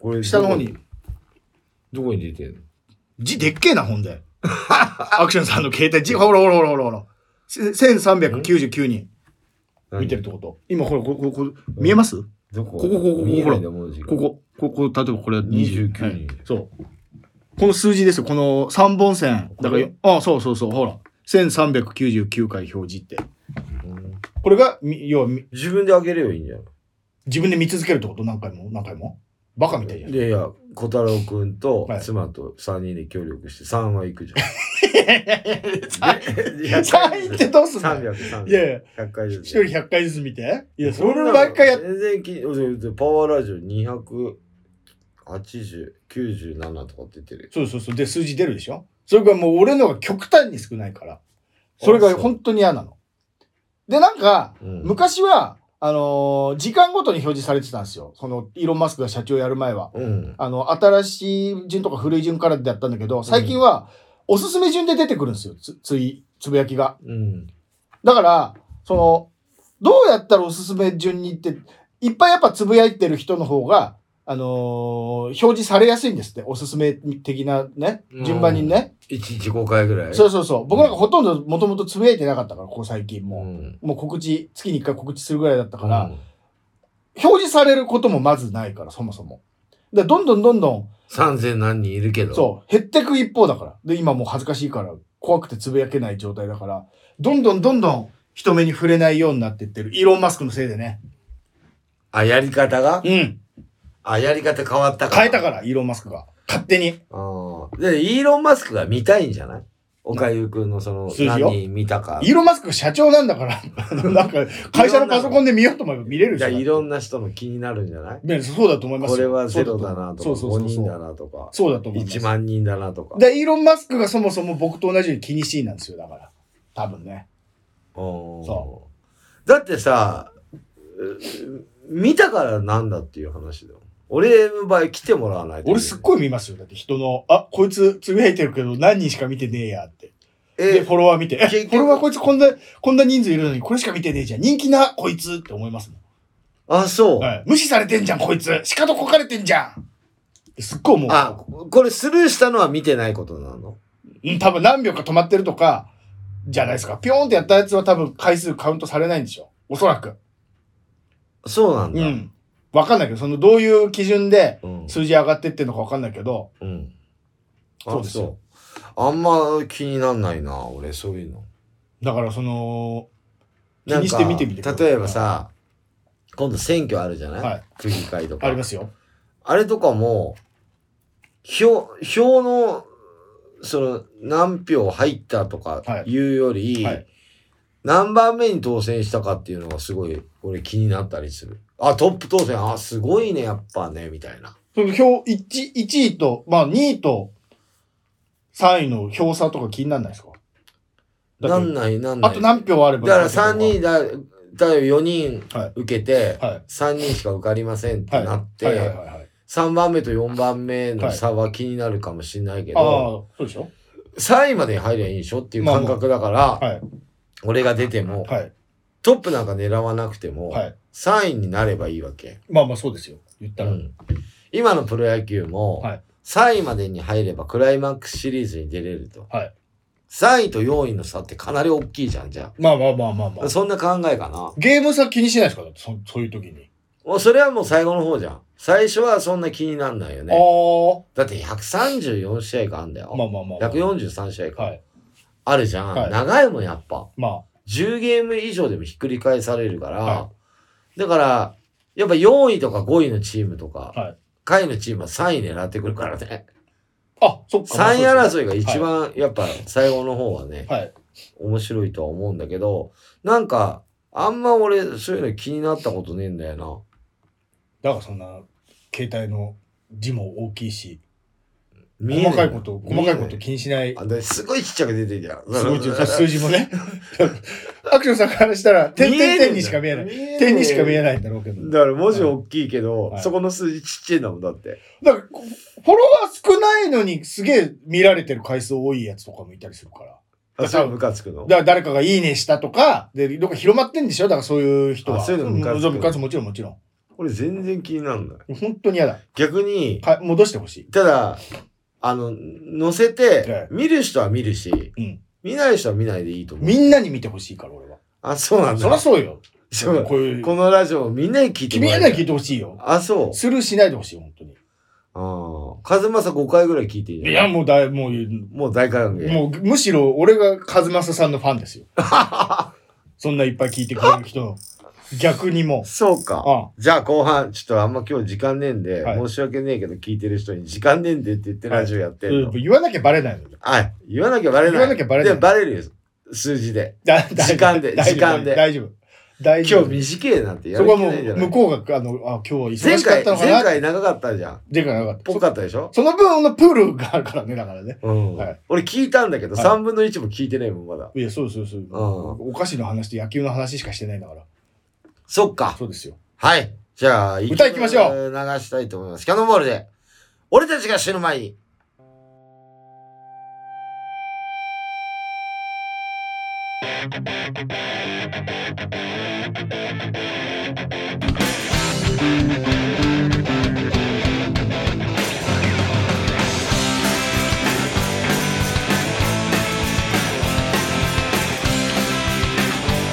A: これ
B: 下の方に
A: どこに出てんの
B: 字でっけえな、ほんで。 [LAUGHS] アクションさんの携帯、字、ほらほらほらほらほら。せ1399人見てるってこと。今、ほら、ここ、ここ、見えます
A: どこ
B: ここここ
A: 見えないんだ文字が
B: ここ、ここ、例えばこれは
A: 29人
B: はいそう。この数字ですよ、この3本線。だからよ、あそうそうそう、ほら。1399回表示って。
A: うん
B: これが、み要は、み
A: 自分であげればいいんじゃん
B: 自分で見続けるってこと何回も何回もバカみたいじゃん。
A: いやいや小太郎くんと
B: はい
A: 妻と3人で協力して3は行くじゃん
B: 3
A: い
B: [LAUGHS]
A: や
B: 位ってどうすんのい
A: 300、300。
B: やいや、
A: 100回ずつ。
B: 一人100回ずつ見て。いや、そ
A: んな
B: れ
A: の
B: 毎回やっ
A: 全然き、パワーラジオ280、97とか出てる。
B: そうそうそう。で、数字出るでしょそれがもう俺のが極端に少ないから。それ
A: あ
B: が
A: そう
B: 本当に嫌なの。で、なんか、
A: うん
B: 昔は、あのー時間ごとに表示されてたんですよ。その、イーロン・マスクが社長やる前は。
A: うん。
B: あの、新しい順とか古い順からだったんだけど、最近は、おすすめ順で出てくるんですよ。つ、つい、つぶやきが。
A: うん。
B: だから、その、どうやったらおすすめ順にって、いっぱいやっぱつぶやいてる人の方が、あのー表示されやすいんですって。おすすめ的なね
A: う、ん
B: 順番にね。
A: 1日5回ぐらい。
B: そうそうそう。僕なんかほとんどもともとつぶやいてなかったから、ここ最近
A: う
B: も
A: ん。
B: う。もう告知、月に1回告知するぐらいだった
A: だ
B: から、表示されることもまずないから、そもそも。だからどんどんどんどん、
A: 3000何人いるけど。
B: そう、減ってく一方だから。で、今もう恥ずかしいから、怖くてつぶやけない状態だから、どんどんどんどん人目に触れないようになってってる。イーロン・マスクのせいでね。
A: あ、やり方が
B: うん。
A: あ、やり方変わったから。
B: 変えたから、イーロン・マスクが。勝手に。
A: ああ。で、イーロン・マスクが見たいんじゃないおかゆくんのその、
B: 数字
A: 何
B: を
A: 人見たか。
B: イーロン・マスク社長なんだから、 [LAUGHS] あのなんか、会社のパソコンで見ようと思えば見れる
A: じゃあ、いろん
B: な。
A: な人の気になるんじゃない
B: ねそうだと思いますよ
A: これはゼロだなとか、
B: そうそう
A: 5
B: そうそ
A: 人
B: う
A: だ。なとか、
B: そうだと思います。
A: 1万人だなとか。
B: で、イーロン・マスクがそもそも僕と同じように気にしいなんですよ、だから。多分ね。
A: そ
B: そ
A: だってさう見たからなんだっていう話だよ俺の場合来てもらわないと
B: 俺すっごい見ますよ。だって人の、あ、こいつつぶやいてるけど何人しか見てねえやって。
A: え
B: で、フォロワー見て、え、
A: 結局
B: フォロワーこいつこんな、こんな人数いるのにこれしか見てねえじゃん。人気な、こいつって思いますも
A: あそう、
B: ん。はい。無視されてんじゃん、こいつ。しかとこかれてんじゃん。すっごい思う。
A: あこれスルーしたのは見てないことなの
B: うん、多分何秒か止まってるとか、じゃないですか。ピョーンってやったやつは多分回数カウントされないんでしょ。おそらく。
A: そうなん
B: う
A: だ、
B: ん。わかんないけど、そのどういう基準で
A: うん
B: 数字上がってってんのかわかんないけど、
A: うんあ
B: そうですよ
A: そうあんま気になんないな俺そういうの
B: だからその、気にして見てみてく
A: な
B: だ
A: ん
B: さ
A: か
B: い
A: 例えばさ今度選挙あるじゃない、
B: はい
A: 区議会とか
B: ありますよ。
A: あれとかも、票、票の、その、何票入ったとか
B: はい
A: いうより、
B: はい
A: 何番目に当選したかっていうのがすごい、俺気になったりする。あ、トップ当選、あ、すごいね、やっぱね、みたいな。
B: その票、1、1位と、まあ2位と3位の票差とか気にならないですかだ
A: な
B: って
A: んない、なんない。
B: あと何票あれば
A: だから3人、だ、だ4人
B: はい
A: 受けて、
B: はい
A: 3人しか受かりませんってなって、
B: はいはいはいはい。
A: 3番目と4番目の差は気になるかもしれないけ
B: ああ、
A: ど、
B: そうでしょ
A: 3位までに入りゃいいんでしょっていう感覚だから、
B: はい。
A: 俺が出ても、
B: はい。
A: トップなんか狙わなくても、
B: はい。
A: 3位になればいいわけ。
B: まあまあそうですよ。言った
A: う
B: ら。
A: ん、今のプロ野球も、
B: はい
A: 3位までに入ればクライマックスシリーズに出れると。
B: はい
A: 3位と4位の差ってかなり大きいじゃん、じゃ
B: まあまあまあまあま
A: あ。
B: あ。
A: そんな考えかな。
B: ゲーム差気にしないですかだってそそういう時に。
A: もうそれはもう最後の方じゃん。最初はそんな気になんないよ
B: あ
A: ね。
B: あ。
A: だって134試合があるんだよ。
B: まあまあまあ、まあ。
A: 143試合か、
B: はい。
A: あるじゃん、
B: はい
A: 長いもんやっぱ
B: まあ。
A: 10ゲーム以上でもひっくり返されるから、
B: は
A: だからやっぱ4位とか5位のチームとか、
B: はい
A: 下位のチームは3位狙ってくるからね
B: あ、そっか。
A: 3位
B: まあそうですね
A: 争いが一番やっぱ最後の方はね、
B: はい。
A: 面白いとは思うんだけどなんかあんま俺そういうの気になったことねえんだよな
B: だからそんな、携帯の字も大きいし、
A: 見えねえ
B: 細かいこと、細かいこ
A: 見え
B: と
A: ね
B: 気にしない
A: え。あですごいちっちゃく出 [LAUGHS] てるじゃん
B: すごい重要数字もね。アクションさんからし
A: [LAUGHS]
B: たら、点点点にしか見えない。
A: い
B: 点にしか見え
A: い
B: ないんだろうけど。だ
A: だから文字大きいけど、
B: はい
A: そこの数字ちっちゃいんだもんだって。
B: から、こフォロワー少ないのにすげえ見られてる回数多いやつとかもいたりするから。
A: あ、それムカつくの
B: だから誰かがいいねしたとか、で、どっか広まってんでしょだからそういう人は。
A: あそういうのムカつく
B: うんそうムカつくもちろんもちろ
A: 俺全然気にならない。
B: ん。本当に嫌だ。
A: 逆に、
B: か戻してほしい。
A: ただ、あの、載せ
B: はい
A: て、見る人は見るし、
B: うん
A: 見ない人は見ないでいいと思う。
B: みんなに見てほしいから、俺は。
A: あ、そうなん
B: そりゃ
A: だ。
B: そうよ。
A: そう
B: こういう。
A: このラジオみんなに聞いて
B: 君
A: もら
B: は
A: え
B: ね、聞いてほしいよ。
A: あ、そう。
B: スルーしないでほしい、本当に。
A: ああ。カズマサ5回ぐらい聞いてる
B: いや、もうだい、もう、
A: もう大歓迎。
B: もう、むしろ俺が和正さんのファンです
A: [LAUGHS]
B: よ。そんないっぱい聞いてくれる人の。逆にも
A: そう
B: う。
A: か。
B: あ
A: じゃあ後半、ちょっとあんま今日時間ねえんで、
B: はい
A: 申し訳ねえけど聞いてる人に時間ねえんでって言ってラジオやってるの。
B: 言わなきゃバレないのに。
A: はい。言わなきゃバレない。
B: 言わなきゃバレない
A: で、バレるよ。数字で。
B: だ
A: 時間で
B: 大丈夫
A: 時間で
B: 大丈夫。大丈
A: 今日
B: 夫。
A: 短いなんてや
B: そ
A: る
B: こ
A: 気
B: はも
A: ないじゃ
B: う、
A: ない
B: 向こうが、あの、あ、今日は忙
A: 前
B: しかっ
A: 回、
B: たのか
A: 前
B: な。
A: 回長かったじゃん。
B: 前回なかった
A: ぽ。かったでしょ
B: その分のプールがあるからね、だからね。
A: うん、
B: はい
A: 俺聞いたんだけど、
B: はい
A: 3分の1も聞いてないもん、まだ。
B: いや、そうそうそう。お菓子の話と野球の話しかしてないんだから。
A: そっか。
B: そうですよ。
A: はい。じゃあ、
B: 歌行きましょ
A: う。流したいと思います。キャノンボールで。俺たちが死ぬ前に。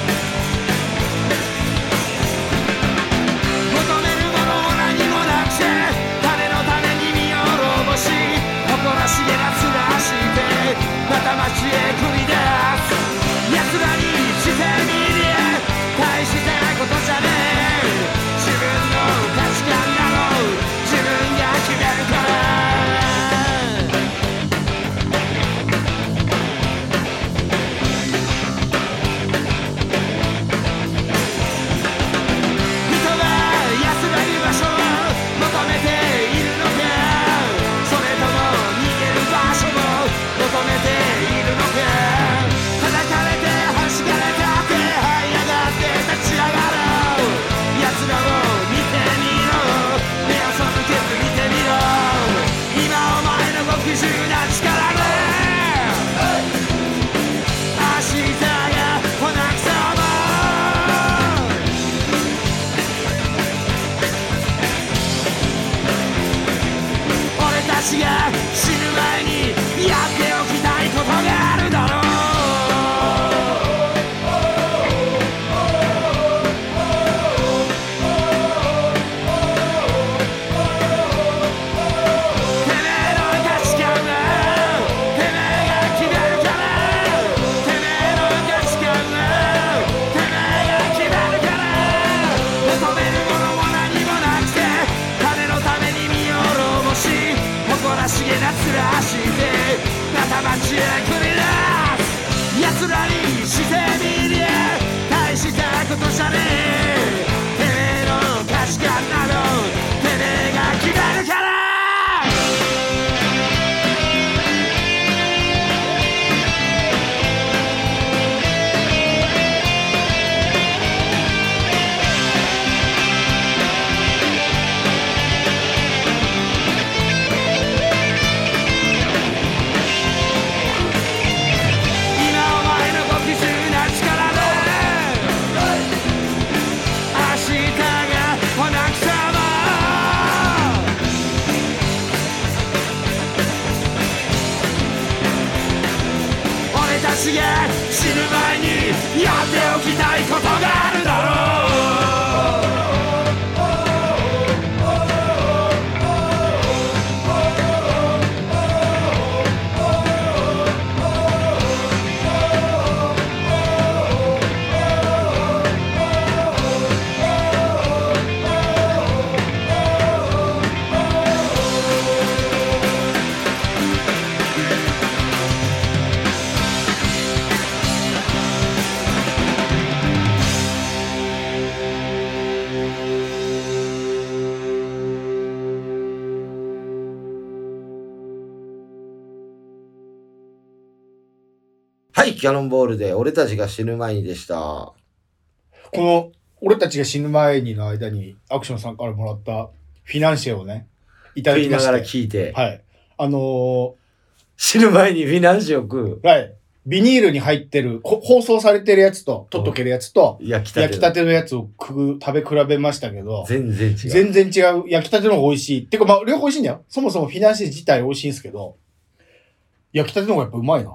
C: 求めるものを何もなくて種のために身を滅ぼし誇らしげな面してまた街へ繰り出す奴らにしてみりゃ大したことじゃねえ自分の価値観など自分が決めるから人は安らぐ場所を求めているのかそれとも逃げる場所を求めているのか叩かれて走られたって這い上がって立ち上がろう奴らを見てみろ目を背けず見てみろ今お前の極重な力で明日が来なくそも俺たちが死ぬ前にやっておきたいことがあるだろうてめえの価値観はてめえが決めるからてめえの価値観はてめえが決めるから求めるものも何もなくて金のために身を滅ぼし誇らしげな面やっておきたいことがあるだろう
A: はい、キャノンボールで、俺たちが死ぬ前にでした。
B: この、俺たちが死ぬ前にの間に、アクションさんからもらったフィナンシェをね、いただ
A: 食い
B: きま
A: な
B: し
A: がら
B: て。
A: 聞いて、
B: はい。あのー
A: 死ぬ前にフィナンシェを食う。
B: はい。ビニールに入ってる、こ包装されてるやつと、取っとけるやつと、
A: 焼きたて。
B: 焼きたてのやつを食う、食べ比べましたけど、
A: 全然違う。
B: 全然違う。焼きたての方が美味しい。てか、まあ、両方美味しいんだよ。そもそもフィナンシェ自体美味しいんですけど、焼きたての方がやっぱうまいな。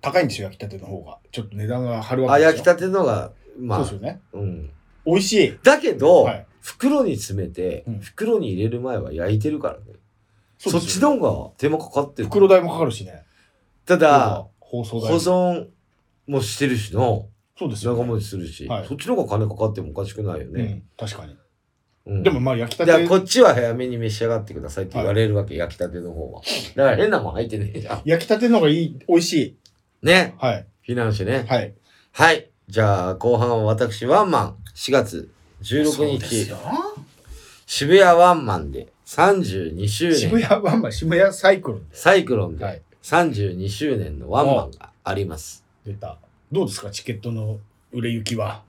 B: 高いんですよ、焼きたての方が。ちょっと値段が張るわ
A: あ、
B: けですよ。
A: 焼きたてのが、ま
B: そ
A: あ
B: うです、よね。
A: うん。
B: 美味しい。
A: だけど、
B: はい
A: 袋に詰めて、
B: うん
A: 袋に入れる前は焼いてるからね。そ
B: そう
A: っ
B: です
A: ち
B: よね
A: の方が手間かかってる。
B: 袋代もかかるしね。
A: ただ、
B: 放送
A: 保
B: 代も。
A: 存もしてるしの、
B: そうですよ、
A: 長
B: ね。
A: 持ちするし、
B: はい
A: そっちの方が金かかってもおかしくないよ
B: う
A: ね。
B: ん、確かに。
A: うん
B: でもまあ焼きた
A: だか
B: て
A: らこっちは早めに召し上がってくださいって言われるわけ、焼きたての方は。だから変なもん入ってねえじゃん。
B: 焼きたての方がいい、美味しい。
A: ね。
B: はい。
A: フィナンシェね。
B: はい。
A: はい。じゃあ、後半は私、ワンマン、4月16日、渋谷ワンマンで32周
B: 渋
A: 年、
B: 谷ワンマン、渋谷サイクロン
A: サイクロン
B: はい
A: で32周年のワンマンがあります。
B: 出た。どうですか、チケットの売れ行きは。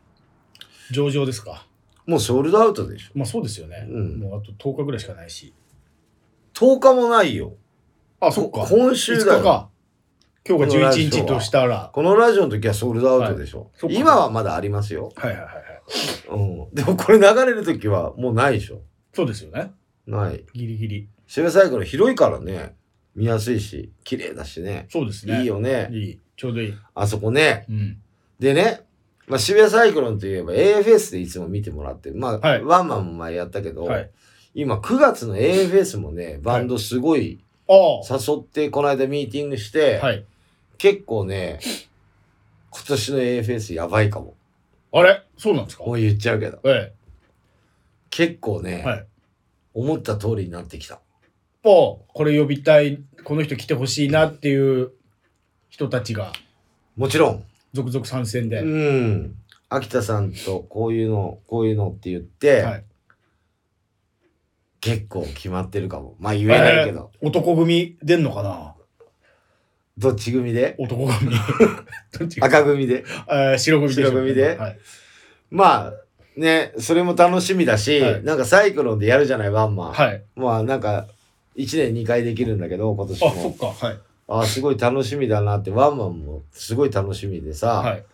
B: 上々ですか。
A: もうソールドアウトでしょ。
B: まあそうですよね。
A: うん
B: もうあと10日ぐらいしかないし。
A: 10日もないよ。
B: あ、そっか。
A: 今週だ
B: 5
A: よ。
B: 日か。今日が11日としたら。
A: このラジオの時はソールドアウトでしょ。
B: はい
A: 今はまだありますよ。
B: はいはいはいはい。
A: うん。でもこれ流れる時はもうないでしょ。
B: そうですよね。
A: ない。
B: ギリギリ。
A: 渋谷サイクロン広いからね。見やすいし、綺麗だしね。
B: そうですね。
A: いい。よね。
B: いい。ちょうどいい。
A: あそこね。
B: うん。
A: でね、まあ、渋谷サイクロンといえば AFS でいつも見てもらってる。まあ、
B: はい
A: ワンマンも前やったけど、
B: はい
A: 今9月の AFS もね、バンドすごい
B: ああ。
A: 誘って、この間ミーティングして、
B: はい。
A: 結構ね、今年の AFS やばいかも。
B: あれそうなんですか
A: もう言っちゃうけど。
B: え
A: 結構ね、
B: え。はい。
A: 思った通りになってきた。
B: をこれ呼びたいこの人来てほしいなっていう人たちが
A: もちろん、
B: 続々参戦で、
A: うん、秋田さんとこういうの、こういうのって言って、
B: はい、
A: 結構決まってるかも。まあ言えないけど、
B: えー男組出んのかな
A: どっち組で
B: 男 [LAUGHS] 組どっちが
A: 赤組で
B: [LAUGHS] えー白組でしょ
A: 白組で
B: はい、
A: まあね、それも楽しみだし、
B: はい
A: なんかサイクロンでやるじゃない、ワンマン。
B: はい、
A: まあなんか、1年2回できるんだけど、今年
B: あそっ
A: も。
B: かはい
A: あすごい楽しみだなって、ワンマンもすごい楽しみでさ、
B: はい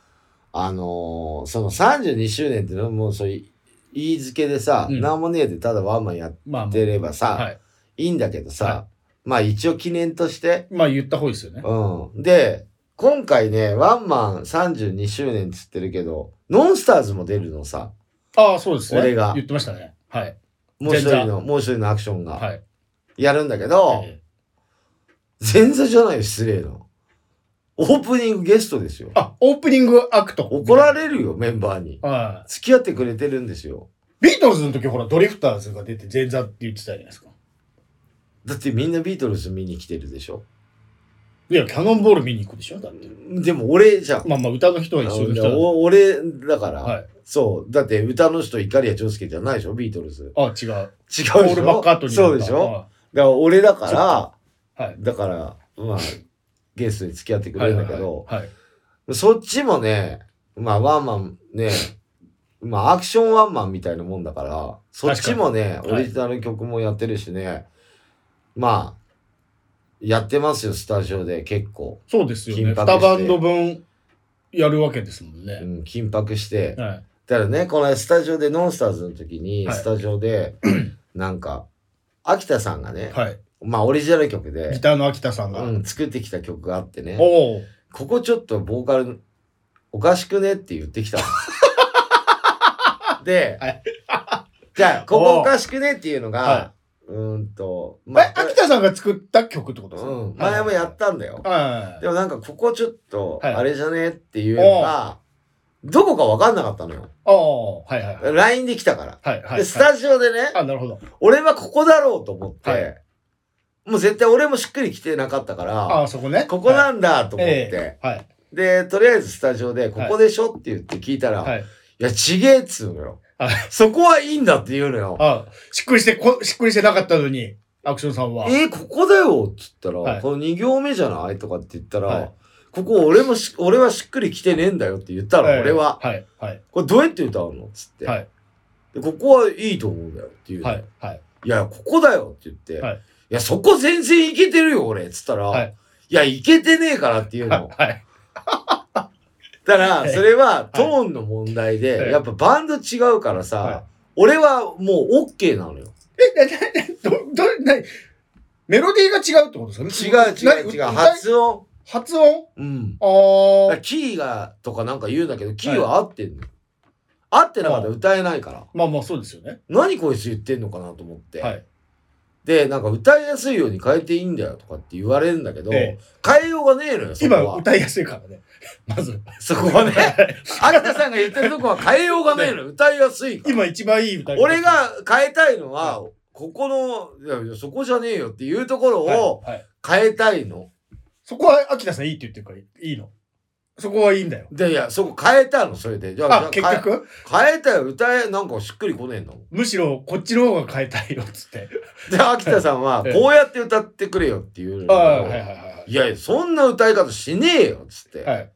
A: あのーその32周年っていうのはもうそういう言い付けでさ、
B: うん
A: なんもねえでただワンマンやっ
B: まあ
A: てればさ、
B: はい、
A: い、いんだけどさ、
B: は
A: まあ一応記念として、
B: まあ言った方がいいですよね
A: うん。で、今回ね、ワンマン32周年っつってるけど、ノンスターズも出るのさ。
B: ああそうですね
A: 俺が
B: 言ってましたねはい
A: もう一
B: 前
A: 人
B: 座
A: の、もう一人のアクション
B: は
A: が
B: い
A: やるんだけど、
B: え
A: 前座じゃないよ、失礼な。オープニングゲストですよ
B: ー。あオープニングアクト
A: 怒られるよ、メンバーに。
B: はい
A: 付き合ってくれてるんですよ。
B: ビートルズの時ほらドリフターズが出て前座って言ってたじゃないですか
A: だってみんなビートルズ見に来てるでしょ。
B: いやキャノンボール見に行くでしょだって
A: でも俺じゃん。
B: まあまあ歌の人は一緒の人だ
A: お俺だから、
B: はい
A: そう。だって歌の人、怒りや長介じゃないでしょ、ビートルズ。
B: あ違う
A: 違う
B: ポ
A: で
B: ー
A: し
B: ル・バッ
A: ょ
B: カートに
A: そうでしょだから俺だから、
B: はい
A: だから、まあ、ゲストに付き合ってくれるんだけど、
B: はいはい
A: そっちもね、まあワンマンね、まあアクションワンマンみたいなもんだから、そっちもね、
B: 確かに
A: オリジナル曲もやってるしね、まあ、やってますよ、スタジオで結構。
B: そうですよね
A: 緊迫して
B: 2バンド分やるわけですもん
A: う
B: ね、
A: ん、緊迫して。
B: はい
A: だからね、このスタジオで、ノンスターズの時に、
B: はい
A: スタジオで、なんか、秋田さんがね、
B: はい
A: まあオリジナル曲
B: ギ
A: で、
B: ターの秋田さんが、
A: うん、作ってきた曲があってね、
B: おお
A: ここちょっとボーカルおかしくねって言って
B: [LAUGHS]
A: きたので
B: はい、
A: じゃあ、ここおかしくねっていうのが
B: は、
A: うーんと、
B: え、秋田さんが作った曲ってことですか
A: うん、前もやったんだよ。
B: は
A: でもなんかここちょっと、
B: はい
A: あれじゃねっていうのが、どこかわかんなかったのよ。
B: い。ああ、はいはいはい。
A: LINE で来たから。
B: はいはい。
A: で、スタジオでね、
B: あ、なるほど。
A: 俺はここだろうと思って、
B: はい
A: もう絶対俺もしっくり来てなかったから、
B: ああ、そこね。
A: ここなんだと思って、
B: ええはい。
A: で、とりあえずスタジオで、ここでしょって言って聞いたら、、
B: はいい。
A: や、ちげえっつうのよ
B: はい。
A: そこはいいんだって言うのよ。
B: あしっくりしてこ、しっくりしてなかったのに、アクションさんは。
A: えーここだよっつったら、
B: はい
A: この2行目じゃないとかって言ったら、
B: はい
A: ここ俺もし、俺はしっくりきてねえんだよって言ったら、
B: はい
A: 俺は、
B: はい、はい、
A: これどうやって歌うのっつって、
B: はい
A: でここはいいと思うんだよっていう、、
B: はいい、はい。
A: や、ここだよって言って、
B: はい
A: い、や、そこ全然いけてるよ俺っつったら、
B: はい
A: い、や、いけてねえからっていうの。
B: はい。
A: だか
B: は
A: ら、
B: い
A: それはトーンの問題で、
B: はい
A: やっぱバンド違うからさ、
B: はい
A: 俺はもう OK なのよ。
B: ど、ど、なにメロディーが違うってことです
A: 違
B: か
A: う違う違う、
B: 発
A: 発音。
B: 発音
A: うん。だか
B: あ
A: ら
B: あ。
A: キーが、とかなんか言うんだけど、キーは合ってんのよ。合ってなかったら歌えないから、
B: まあまあそうですよね。
A: 何こいつ言ってんのかなと思って。
B: はい。
A: で、なんか歌いやすいように変えていいんだよとかって言われるんだけど、
B: え
A: 変えようがねえのよ、そこ
B: 今
A: は。
B: 歌いやすいからね。 [LAUGHS] まず。
A: そこはね、有田さんが言ってるとこは変えようがねえのよ、歌いやすいから。
B: [LAUGHS] 今一番いい歌い方
A: 俺、が変えたいのは、ここの、いやいや、そこじゃねえよっていうところを
B: はいはい
A: 変えたいの。
B: そこは秋田さんいいって言ってるからいいの。そこはいいんだよ。
A: で、いや、そこ変えたの、それで。じゃ
B: あ、
A: じ
B: 結
A: ゃ変え
B: 局
A: 変えたよ、歌え、なんかしっくりこねえの。
B: むしろこっちの方が変えたいよっつって。 [LAUGHS]
A: で、秋田さんは、
B: ええ
A: こうやって歌ってくれよっていうの
B: あ
A: を
B: あ、はいはいはい
A: やいや、そんな歌い方しねえよ、つって。
B: いはい。はい。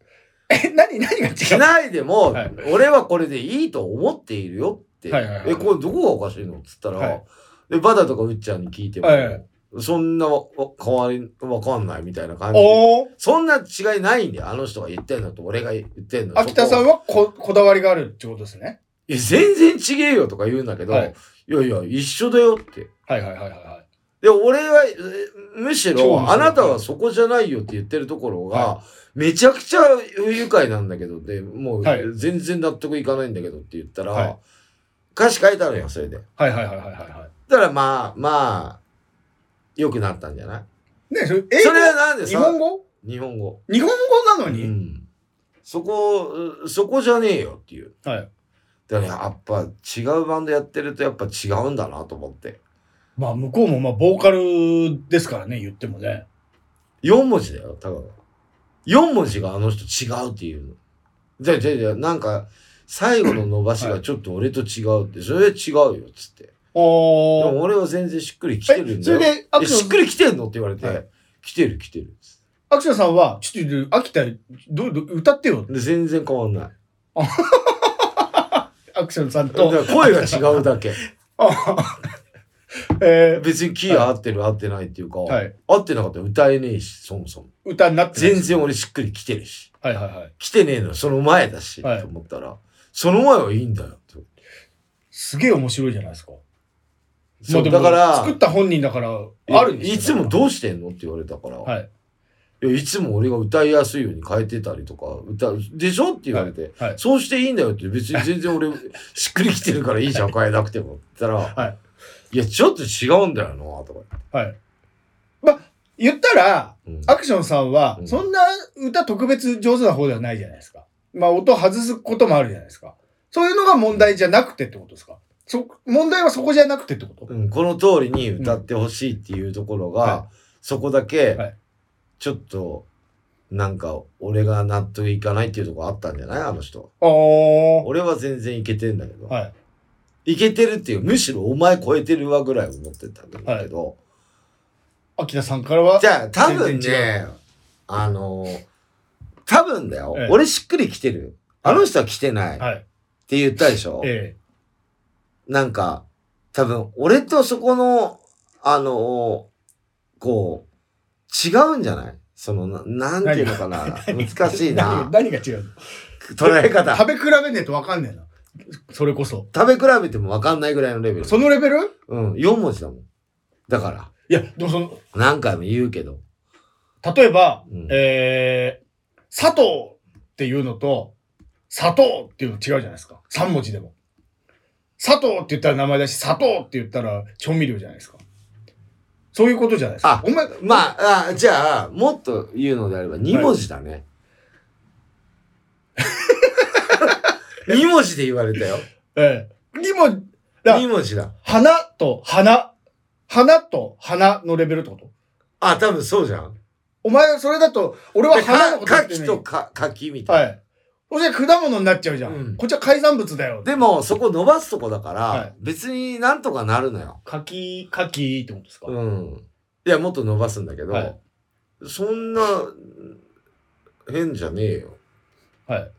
B: え、何、何が違
A: し
B: う
A: ないでも、
B: はい
A: 俺はこれでいいと思っているよって。
B: はいはいはい
A: え、これどこがおかしいのつったら、
B: はい
A: で、バタとかウッチャンに聞いても、
B: はいはい
A: そんなわ変わり、わかんないみたいな感じで。
B: おお
A: そんな違いないんだよ。あの人が言ってんのと俺が言ってんの。
B: 秋田さ
A: そ
B: ん
A: こ
B: はここだわりがあるってことですね。
A: いや、全然違えよとか言うんだけど、
B: はい
A: い、やいや、一緒だよって。
B: はいはいはいはいはい。
A: で、俺は、えむし
B: 超面
A: ろ、
B: 白い
A: あなたはそこじゃないよって言ってるところが、
B: は
A: めちゃくちゃ不愉快なんだけど、で、もう
B: はい、
A: 全然納得いかないんだけどって言ったら、
B: はい
A: 歌詞書いたのよ、それで。だ
B: はいはいはいはいは
A: から、まあ、まあ、良くなったんじゃない
B: い。ねそれ、
A: それ
B: 英
A: はなんで
B: 語
A: さ
B: 日本語
A: 日本語。
B: 日本語なの
A: う
B: に
A: ん。そこ、うそこじゃねえよっていう。
B: はい。
A: だから、やっぱ違うバンドやってるとやっぱ違うんだなと思って。
B: まあ向こうもまあボーカルですからね、言ってもね。
A: 4文字だよ、多分。4文字があの人違うっていうの。じゃあじゃあじゃあなんか、最後の伸ばしがちょっと俺と違うって、それは違うよ、っつって。で
B: お
A: も
B: お。
A: 俺は全然しっくりきてるんだよ。
B: えそれでアク
A: え
B: ション
A: しっくりきてんのって言われて、
B: は
A: 来てる来てるっつっ
B: アクションさんは、ちょっと、秋田、どう、どう歌ってよ。
A: て。で、全然変わんない。
B: アクションさん
A: だか
B: と。
A: ら声が違うだけ。
B: あ [LAUGHS] え
A: 別にキー合ってる合ってないっていうか、
B: ー、はい。
A: 合ってなかったら歌えねえし、そもそも。
B: 歌になってない
A: 全。然俺しっくりきてるし。
B: はいはいはい。
A: 来てねえのよその前だし、
B: はい
A: と思ったら、その前はいいんだよって。
B: すげえ面白いじゃないですか。
A: そう、
B: まあで
A: だ
B: も
A: から、
B: 作った本人だから、あるんですよ
A: いつもどうしてんのって言われたから、
B: はい。
A: いや、いつも俺が歌いやすいように変えてたりとか、歌う、でしょって言われて、
B: はいはい
A: そうしていいんだよって、別
B: [LAUGHS]
A: に全然俺、しっくりきてるからいいじゃん、変えなくても。って言ったら、、
B: はい
A: や、ちょっと違うんだよな、とか。
B: はい。まあ、言ったら、
A: うん
B: アクションさんは
A: う、ん
B: そんな歌特別上手な方ではないじゃないですか。まあ、音外すこともあるじゃないですか。そういうのが問題じゃなくてってことですか。そ、問題はそこじゃなくてってこと
A: うん、この通りに歌ってほしいっていうところが、
B: うんは
A: そこだけ、
B: はい
A: ちょっと、なんか、俺が納得いかないっていうところあったんじゃないあの人。
B: あー。
A: 俺は全然いけてんだけど。
B: はい。
A: いけてるっていう、むしろお前超えてるわぐらい思ってたんだけど、
B: 秋田さんからは
A: じ、ゃあ多分
B: 全然
A: ね、あの、多分だよ、
B: ええ
A: 俺しっくりきてる。あの人は来てないっ
B: はい。
A: て言ったでしょ、
B: え
A: なんか、多分俺とそこの、あの、こう、違うんじゃないそのな、なんていうのかな。難し
B: え。
A: いな。
B: 何何が違うの
A: 捉え方。
B: 食べ比べねえと分かんねえな。それこそ。
A: 食べ比べても分かんないぐらいのレベル。
B: そのレベル
A: うん、4文字だもん。だから、
B: いや、でもその、
A: 何回も言うけど。
B: 例えば、
A: うん
B: えー、佐藤っていうのと、砂糖っていうの違うじゃないですか。3文字でも。砂糖って言ったら名前だし、砂糖って言ったら調味料じゃないですか。そういうことじゃないですか
A: あ。
B: お前、
A: まあ、あじゃあ、もっと言うのであれば、2文字だ
B: [LAUGHS]
A: ね。二2文字で言われたよ。
B: ええ。にも、だ
A: 2文字だ。
B: 花と花。花と花のレベルってこと
A: あ、多分そうじゃん。
B: お前、それだと、俺は花
A: か
B: のこと言っ
A: か
B: て
A: き
B: ない。
A: とか柿みたいな。
B: はい。そしたら果物になっちゃうじゃん。
A: うん
B: こっちは海産物だよ。
A: でも、そこ伸ばすとこだから、
B: はい
A: 別になんとかなるのよ。
B: 柿、柿ってことですか、
A: うん。いや、もっと伸ばすんだけど、
B: はい
A: そんな、変じゃねえよ。
B: はい。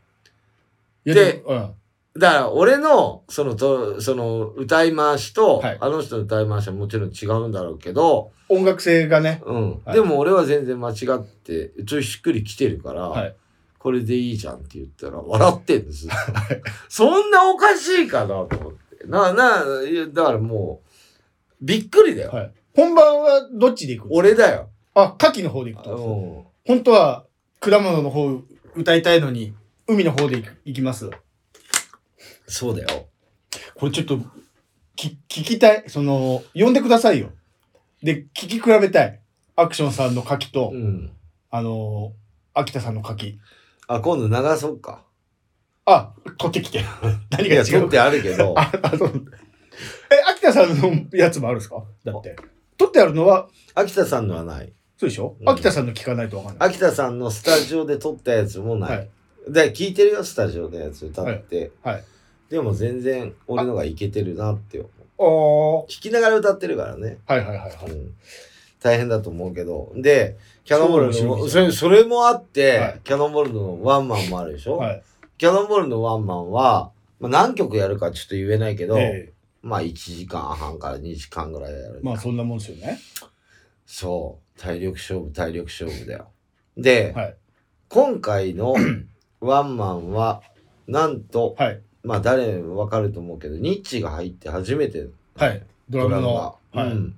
A: で
B: いやもうん。
A: だから、俺の、その、と、その、歌い回しと、
B: はい
A: あの人の歌い回しはもちろん違うんだろうけど、
B: 音楽性がね。
A: うん。
B: はい
A: でも、俺は全然間違って、ちょいしっくりきてるから、
B: はい
A: これでいいじゃんって言ったら、笑ってんです。 [LAUGHS] そんなおかしいかなと思って。な、な、いやだからもう、びっくりだよ。
B: はい本番はどっちでいくんです
A: 俺だよ。
B: かあ、牡蠣の方でいくと。
A: うん。
B: 本当は果物の方歌いたいのに、海の方でいくいきます。
A: そうだよ。
B: これちょっと、き、聞きたい。その、呼んでくださいよ。で、聞き比べたい。アクションさんの牡蠣と、
A: うん。
B: あのー、秋田さんの牡蠣。
A: あ、今度流そうか。
B: あ、取ってき [LAUGHS] て。何
A: い
B: が違
A: や、
B: う
A: 撮ってあるけど。
B: あ、あそう。え、秋田さんのやつもあるんですかだって。取ってあるのは、
A: 秋田さんのはない。
B: そうでしょ、
A: うん
B: 秋田さんの聞かないとわかんない。
A: 秋田さんのスタジオで撮ったやつもない。
B: はい
A: で、聞いてるよ、スタジオのやつ歌って。
B: はいはい
A: でも全然俺のがいけてるなって思う。
B: ああ。は
A: 聞きながら歌ってるからね。
B: いはいはいはい。
A: うん大変だと思うけど。で、キャノンボール
B: そう
A: の、
B: 面白い
A: それそれもあって、
B: はい
A: キャノンボールのワンマンもあるでしょ、
B: はい。
A: キャノンボールのワンマンは、まあ、何曲やるかちょっと言えないけど、
B: え
A: まあ1時間半から2時間ぐらいやる。
B: えまあそんなもんですよね。
A: そう。体力勝負、体力勝負だよ。で、
B: はい
A: 今回の [CLEARS THROAT] ワンマンは、なんと、
B: はい。
A: まあ誰もわかると思うけど、ニッチが入って初めて
B: はい。ドラ
A: ドラ
B: ム
A: ム
B: の
A: が。。
B: は
A: う
B: い。
A: ん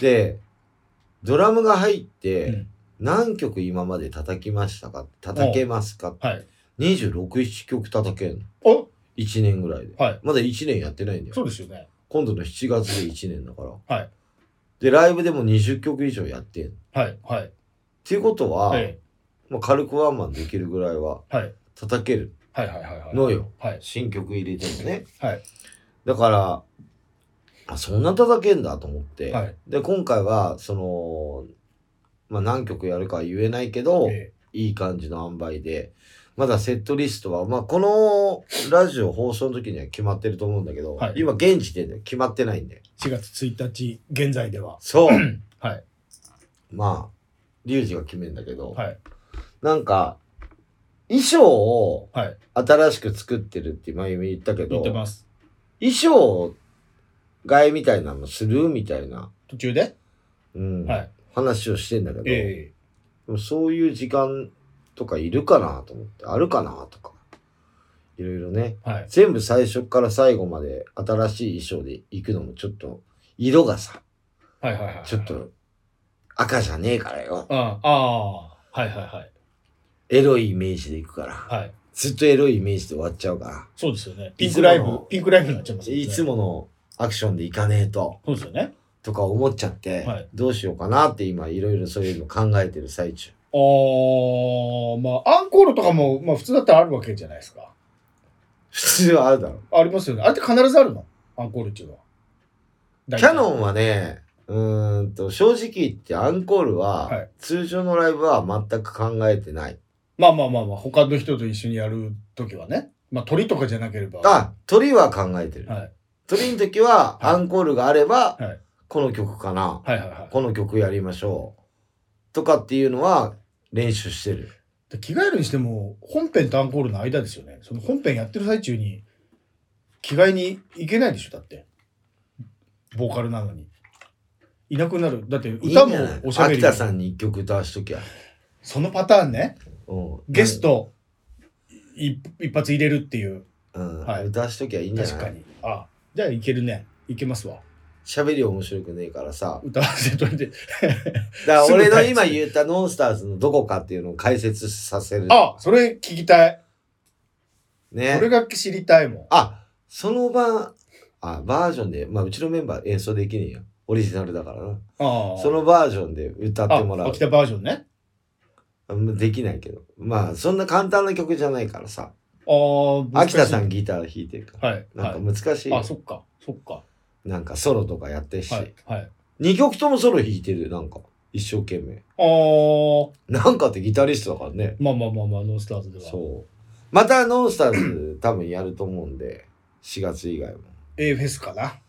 A: で、ドラムが入っ
B: う
A: て
B: ん、
A: 何曲今まで叩きましたか叩けますか
B: はい。
A: ?26、7曲叩けんの。
B: お
A: 1年ぐらいで。
B: はい。
A: まだ1年やってないんだよ。
B: そうですよね。
A: 今度の7月で1年だから。
B: はい
A: で、ライブでも20曲以上やってんの。っ
B: はい。はい。
A: ていうことは、
B: え
A: まあ、軽くワンマンできるぐらいは
B: えはい。
A: 叩ける
B: はいはいはいはい。
A: のよ。
B: はい。
A: 新曲入れてもね。
B: はい。
A: だから、あ、そんな叩けんだと思って。
B: はい。
A: で、今回は、その、まあ、何曲やるかは言えないけど、
B: え
A: いい感じの塩梅で、まだセットリストは、まあ、このラジオ放送の時には決まってると思うんだけど、
B: はい
A: 今現時点で決まってないんで。
B: 4月1日現在では。
A: そう。
B: [LAUGHS] はい。
A: まあ、リュウジが決めんだけど、
B: はい。
A: なんか、衣装を
B: はい。
A: 新しく作ってるって前も言ったけ
B: 言
A: ど、
B: ってます。
A: 衣装替えみたいなのするみたいな、
B: 途中で
A: うん
B: はい
A: 話をしてんだけど、
B: え
A: でもそういう時間とかいるかなと思って、あるかなとか、いろいろね、
B: えはい。
A: 全部最初から最後まで新しい衣装で行くのもちょっと、色がさ、
B: はいはいはい。
A: ちょっ。と赤じゃねえからよ。
B: ああ。はいはいはい。
A: エロいイメージで行くから。
B: はい。
A: ずっとエロいイメージで終わっちゃうから。
B: そうですよね。
A: い
B: ピ
A: つもの
B: ンクライブ、ピンクライブになっちゃいますよね。
A: いつ。ものアクションで行かねえと、
B: そうですよね。
A: とか思っちゃって、
B: はい
A: どうしようかなって今いろいろそういうの考えてる最
B: [LAUGHS]
A: 中。
B: あー、まあ、アンコールとかも、まあ、普通だったらあるわけじゃないですか。
A: 普通はあるだろ
B: ありますよね。あれって必ずあるのアンコールっていうのは。
A: キャノ
B: ン
A: ンはね、うーんと、正直言ってアンコールは、
B: はい
A: 通常のライブは全く考えてない。
B: まあまあまあまあ、他の人と一緒にやるときはね。まあ、鳥とかじゃなければ。
A: あ、鳥は考えてる。
B: はい。
A: 鳥の時は、
B: はい
A: アンコールがあれば、
B: はい
A: この曲かな、
B: はいはいはい。
A: この曲やりましょう。とかっていうのは練習してる。
B: で着替えるにしても、本編とアンコールの間ですよね。その本編やってる最中に、着替えに行けないでしょ、だって。ボーカルなのに。いなくなる。だって
A: いいんじゃ
B: 歌も
A: ない
B: おしゃべ
A: 秋
B: り
A: 田
B: も。
A: さんに一曲歌わしときゃ。
B: そのパターンね。
A: うん
B: ゲスト、一一発入れるっていう。
A: うん、
B: はい
A: 歌わしときゃいいんじゃ
B: 確
A: な
B: か
A: い
B: に。あ、じゃあいけるね。いけますわ。
A: 喋り面白くねえからさ。
B: 歌わせといて。 [LAUGHS]
A: だから
B: すぐ
A: 俺の
B: 返す
A: 今言ったノンスターズのどこかっていうのを解説させる。
B: あ、それ聞きたい。
A: ね。
B: 俺が知りたいもん。
A: あ、その場、あ、バージョンで、まあ、うちのメンバー演奏できねえよ。オリジナルだからな。
B: ああ。
A: そのバージョンで歌ってもら
B: あ
A: う
B: 秋。田バージョンね。
A: あんまできないけど。まあ、そんな簡単な曲じゃないからさ。
B: ああ、
A: 秋田さ
B: ん。
A: んギター弾いてるから。
B: はい。
A: な
B: は
A: んか難しい
B: い。
A: よ。
B: あ、そっか。そっか。
A: なんかソロとかやってるし。
B: はい。はい。
A: 二曲ともソロ弾いてるよ、なんか。一生懸命。
B: ああ、
A: なんかってギタリストだからね。
B: まあまあまあまあ、ノースターズでは。
A: そう。またノンスター
B: [CLEARS THROAT]
A: ズ多分やると思うんで、4月以外も。
B: A フェスかな。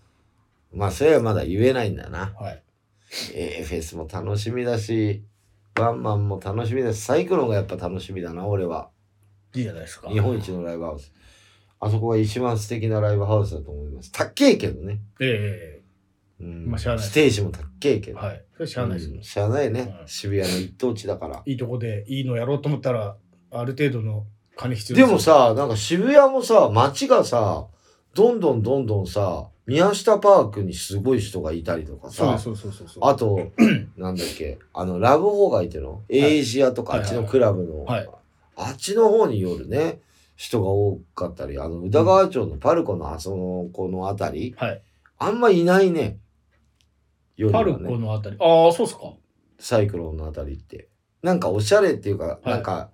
A: まあ、それはまだ言えないんだな。
B: はい。
A: AFS も楽しみだし、ワンマンも楽しみだし、サイクロンがやっぱ楽しみだな、俺は。
B: いいじゃないですか。
A: 日本一のライブハウス。あそこが一番素敵なライブハウスだと思います。たっけえけどね。
B: え
A: うん
B: まあしゃあない
A: ステージもたっけえけ
B: え
A: ど。
B: はい。それ知らないですけ
A: う
B: ど
A: ん。しゃあないね、
B: うん
A: 渋谷の一等地だから。
B: いいとこでいいのやろうと思ったら、ある程度の金必要
A: ですも、さ、なんか渋谷もさ、街がさ、どんどんどんどんさ、宮下パークにすごい人がいたりとか
B: そうで
A: さ
B: す、そうそうそうそう。
A: あと、 [CLEARS THROAT] なんだっけ、あの、ラブホーガいての、エイジアとか、
B: はい
A: あっちのクラブの、
B: はいはい
A: あっちの方によるね、人が多かったり、あの、宇田川町のパルコのあその、このあたり、
B: はい。
A: あんまいないね。夜
B: パ
A: は
B: ルコ
A: ね、
B: のあたり。ああ、そうっすか。
A: サイクロンのあたりって。なんかおしゃれっていうか、
B: い
A: なんか、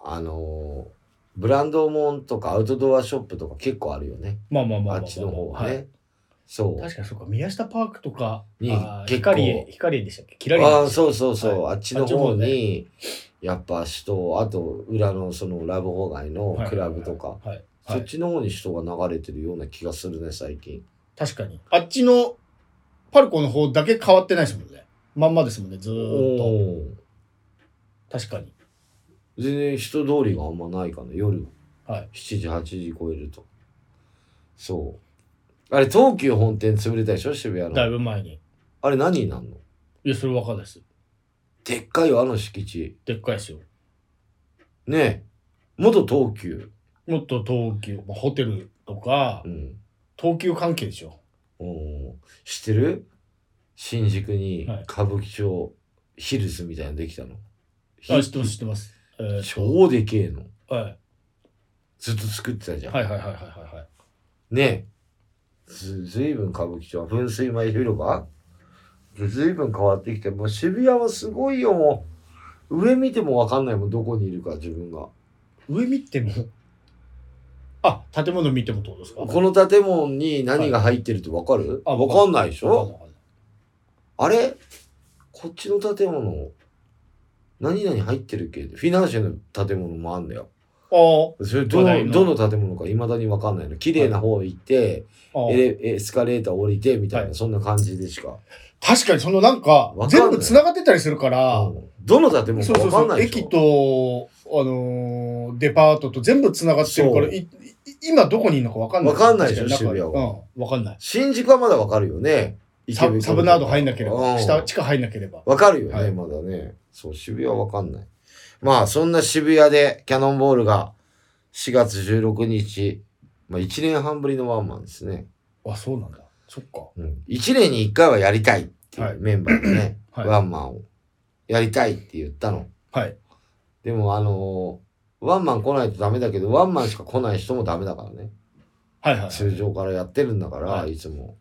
A: あのーブランドもんとかアウトドアショップとか結構あるよね。
B: まあまあまあまあまあまあ。
A: あっちの方はね。
B: はい。
A: そう。
B: 確かにそうか、宮下パークとか、
A: に
B: あー
A: 結構
B: 光栄、光栄でしたっけキラリ
A: ああ、
B: でしたっ
A: そうそうそう、
B: は
A: あっちの方に、やっぱ人、あと裏のそのラブホ街
B: け
A: の
B: はい
A: クラブとか、
B: はい。はい
A: そっちの方に人が流れてるような気がするね、最近。
B: 確かに。あっちのパルコの方だけ変わってないですもんね。まんまですもんね、ずーっと。
A: うん
B: 確かに。
A: 全然人通りがあんまないかな、夜。
B: はい
A: 7時、8時超えると。そう。あれ、東急本店潰れたでしょ、渋谷
B: だい
A: の。
B: ぶ前に。
A: あれ、何になんの
B: いや、それ分かんないです。
A: でっかいよ、あの敷地。
B: でっかいですよ。
A: ねえ。元東急。
B: もっと東急、まあ、ホテルとか
A: う、ん。
B: 東急関係でしょ。
A: お知ってる新宿に
B: はい
A: 歌舞伎町ヒルズみたいなのできたの。
B: あ、知ってます、知ってます。えーっと
A: 超でけえの。
B: はい
A: ずっと作ってたじゃん。
B: はいはいはいはいはいはい。
A: ねえ。ずずいぶん歌舞伎町は噴水前広場ずずいぶん変わってきて、もう渋谷はすごいよ、もう。上見てもわかんないもん、どこにいるか、自分が。
B: 上見ても、あ、建物見てもってことですか
A: この建物に何が入ってるってわかる
B: あ
A: わかんないでし
B: わかん
A: ょ
B: ないわかんない
A: あれこっちの建物、何々入ってるっけフィナンシェの建物もあんだよ。
B: あー
A: それど
B: 話題
A: の
B: の
A: どの建物か未だに分かんないの。綺麗な方行って、
B: あー
A: エレエスカレーター降りてみたいな、
B: はい
A: そんな感じでしか。
B: 確かにそのなんか
A: わかんない
B: 全部繋がってたりするから、
A: うんどの建物
B: そ
A: か
B: う
A: 分
B: そう
A: か
B: そ
A: んな
B: う
A: いでし
B: 駅
A: ょ。
B: と、あのーデパートと全部繋がってるから
A: そう
B: いい今どこにいるのか分かんない
A: わかんないでしょ
B: 確かに
A: 渋谷は
B: うん、分かんない
A: 新宿はまだ分かるよね。
B: サブサブナード入んなけれ
A: う
B: ば
A: ん
B: 下地下入んなければ
A: 分かるよね、
B: はい
A: まだね。そう、渋谷は分かんない。まあ、そんな渋谷でキャノンボールが4月16日、まあ1年半ぶりのワンマンですね。
B: あそうなんだそっか
A: うん、1年に1回はやりたいってい
B: はいう
A: メンバーでね、
B: [COUGHS] はい
A: ワンマンをやりたいって言ったの。
B: はい
A: でもあのーワンマン来ないとダメだけど、ワンマンしか来ない人もダメだからね。
B: は
A: [LAUGHS]
B: いはい
A: 通常からやってるんだから、
B: はい
A: い、つも。ね
B: はい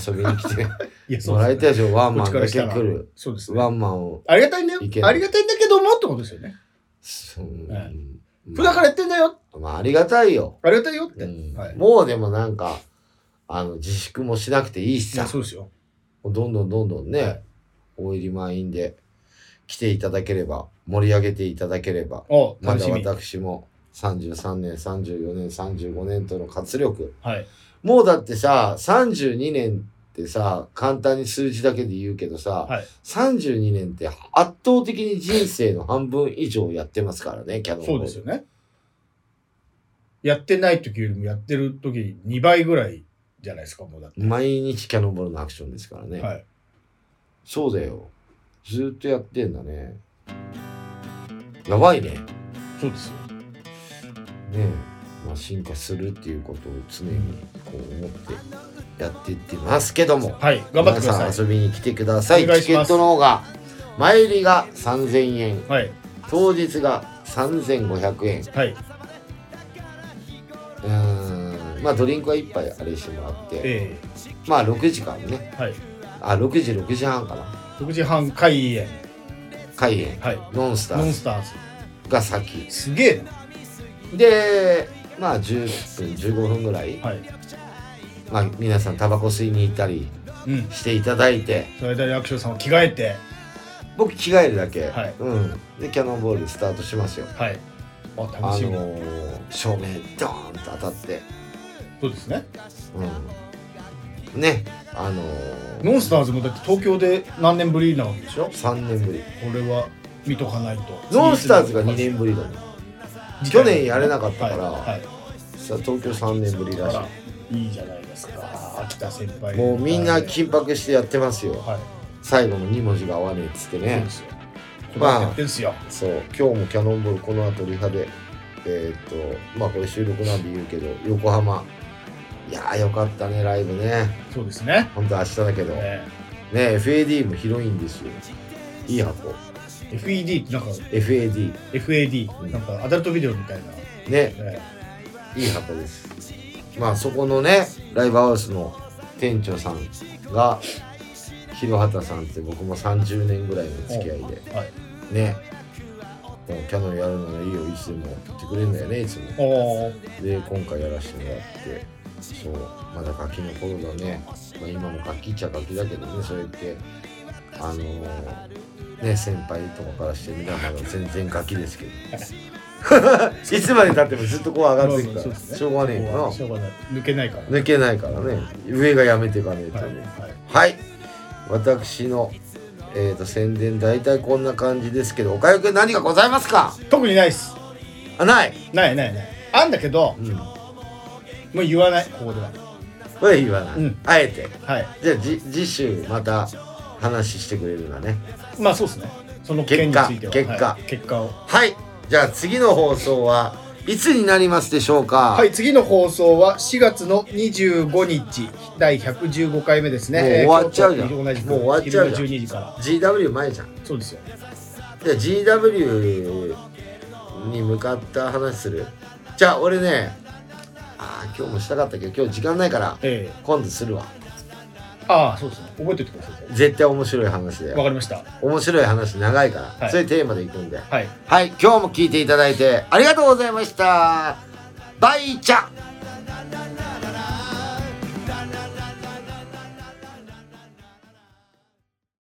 A: 遊びに来て
B: いやそ
A: も
B: う
A: らい
B: で
A: たいですよ、ワンマ
B: こっ
A: ン
B: ちか
A: だ
B: らし
A: け
B: たら
A: 来る。
B: すねそうですね
A: ワンマンを。
B: ありがたいんだよ
A: いけない
B: ありがたいんだけどもってことですよね
A: そう
B: はい
A: うん
B: 普段からやってんだよ
A: まあ、ありがたいよ。
B: ありがたいよって、
A: うん
B: はい
A: もうでもなんか、あの、自粛もしなくていいし
B: いや
A: さ、
B: そうですよ
A: どんどんどんどん
B: は
A: ね
B: い、
A: 大入り満員で来ていただければ、盛り上げていただければ、
B: お
A: ま
B: 楽
A: だ
B: し
A: 私
B: み、
A: も33年、34年、35年との活力、
B: はい
A: もうだってさ、32年ってさ、簡単に数字だけで言うけどさ、
B: はい
A: 32年って圧倒的に人生の半分以上やってますからね、キャノンボ
B: そ
A: ー
B: う
A: ル。
B: ですよね。やってない時よりもやってる時2倍ぐらいじゃないですか、もうだって。
A: 毎日キャノンボールのアクションですからね。
B: はい。
A: そうだよ。ずーっとやってんだね。やばいね。ね
B: そうですよ。
A: え。まあ、進化するっていうことを常にこう思ってやっていってますけども。
B: はい、頑張ってく
A: 皆
B: ださ
A: さん遊びに来てください
B: お願い
A: チ
B: し
A: ケ
B: ま
A: ッ
B: す
A: トの方が前売りが3000円
B: い。はい。
A: 当日が3500円
B: はい。
A: まあドリンクは1杯あれしてもらって、
B: え
A: まあ6時からね、
B: えはい
A: あ、6時、6時半かな。
B: 6時半開演
A: 開演、
B: はい
A: ノンスタ
B: ノン
A: ー
B: スターズ
A: が先。
B: すげえな
A: で、まあ10分、15分ぐらい、
B: はい
A: まあ皆さんタバコ吸いに行ったり
B: うん
A: していただいて、
B: それで役所さんは着替えて
A: 僕着替えるだけ、
B: はい
A: うん。で、キャノンボールスタートしますよ。
B: はいあ楽
A: あ
B: しみ
A: のー、照明ドーンと当たって、
B: そうですね
A: うん。ね、あのー、
B: ノンスターズもだって東京で何年ぶりなわけでしょこ
A: 3年ぶり。
B: れは見とかないと
A: ノンスターズが2年ぶりだね。去年やれなかったから
B: はい
A: さ東京3年ぶり
B: は
A: ら
B: い、
A: し
B: あらいいじゃないですか秋田先輩
A: いもうみんな
B: はい
A: 緊迫してやってますよ最後の2文字が合わねえっつって
B: そう
A: ね
B: ですよこ
A: まあ
B: だわってんですよ
A: そう今日もキャノンボールこの後リハでえーっとまあこれ収録なんで言うけど横浜いやーよかったねライブね
B: そうですね
A: ほんと明日だけどね
B: ね
A: FAD も広いんですよいい箱
B: FED ってなんか
A: FAD
B: FAD なんかアダルトビデオみたい
A: ね
B: な、ね
A: いい箱ですまあそこのねライブハウスの店長さんが広畑さんって僕も30年ぐらいの付き合いで
B: はい、
A: ねもうキャノンやるならいいよいつでも送ってくれるんだよねいつも
B: おお
A: で今回やらせてもらってそうまだガキの頃だね、まあ、今もガキっちゃガキだけどねそうやってあのーね先輩とかからしてみん
B: [LAUGHS]
A: なまだ全然ガキですけど [LAUGHS] いつまでたってもずっとこう上がっていくから
B: まあまあそうですね
A: しょうがねえかな
B: しょうがない抜けないから
A: 抜けないからね上がやめていかねえと
B: はい、
A: ね
B: はい、
A: はい私の、えー、と宣伝大体こんな感じですけどおかゆくん何かございますか
B: 特にないっす
A: あない、
B: ないないないあんだけど
A: うん、
B: もう言わないここでは
A: これ言わない、
B: うん
A: あえて
B: はい
A: じゃあじ次週また話してくれるなね
B: まあそうですねその件については
A: 結果
B: はい結果を
A: はいじゃあ次の放送はいつになりますでしょうか
B: はい、次の放送は4月の25日、第115回目ですね。
A: もう
B: えー
A: 終わっちゃうじゃん
B: 今日と同じく
A: もう終わっちゃうじゃん
B: 昼の12時から。
A: GW 前じゃん
B: そうですよ。
A: じゃあ GW に向かった話するじゃあ俺ねあー今日もしたかったけど今日時間ないから
B: え
A: 今度するわ
B: えああ、そうですね。覚えておいてくださ
A: 絶対面白い話だ
B: い。わ
A: よ
B: かりました。
A: 面白い話長いから、
B: はい
A: そういうテーマでいくんで
B: はい。
A: はい今日も聞いていただいてありがとうございましたバイチャ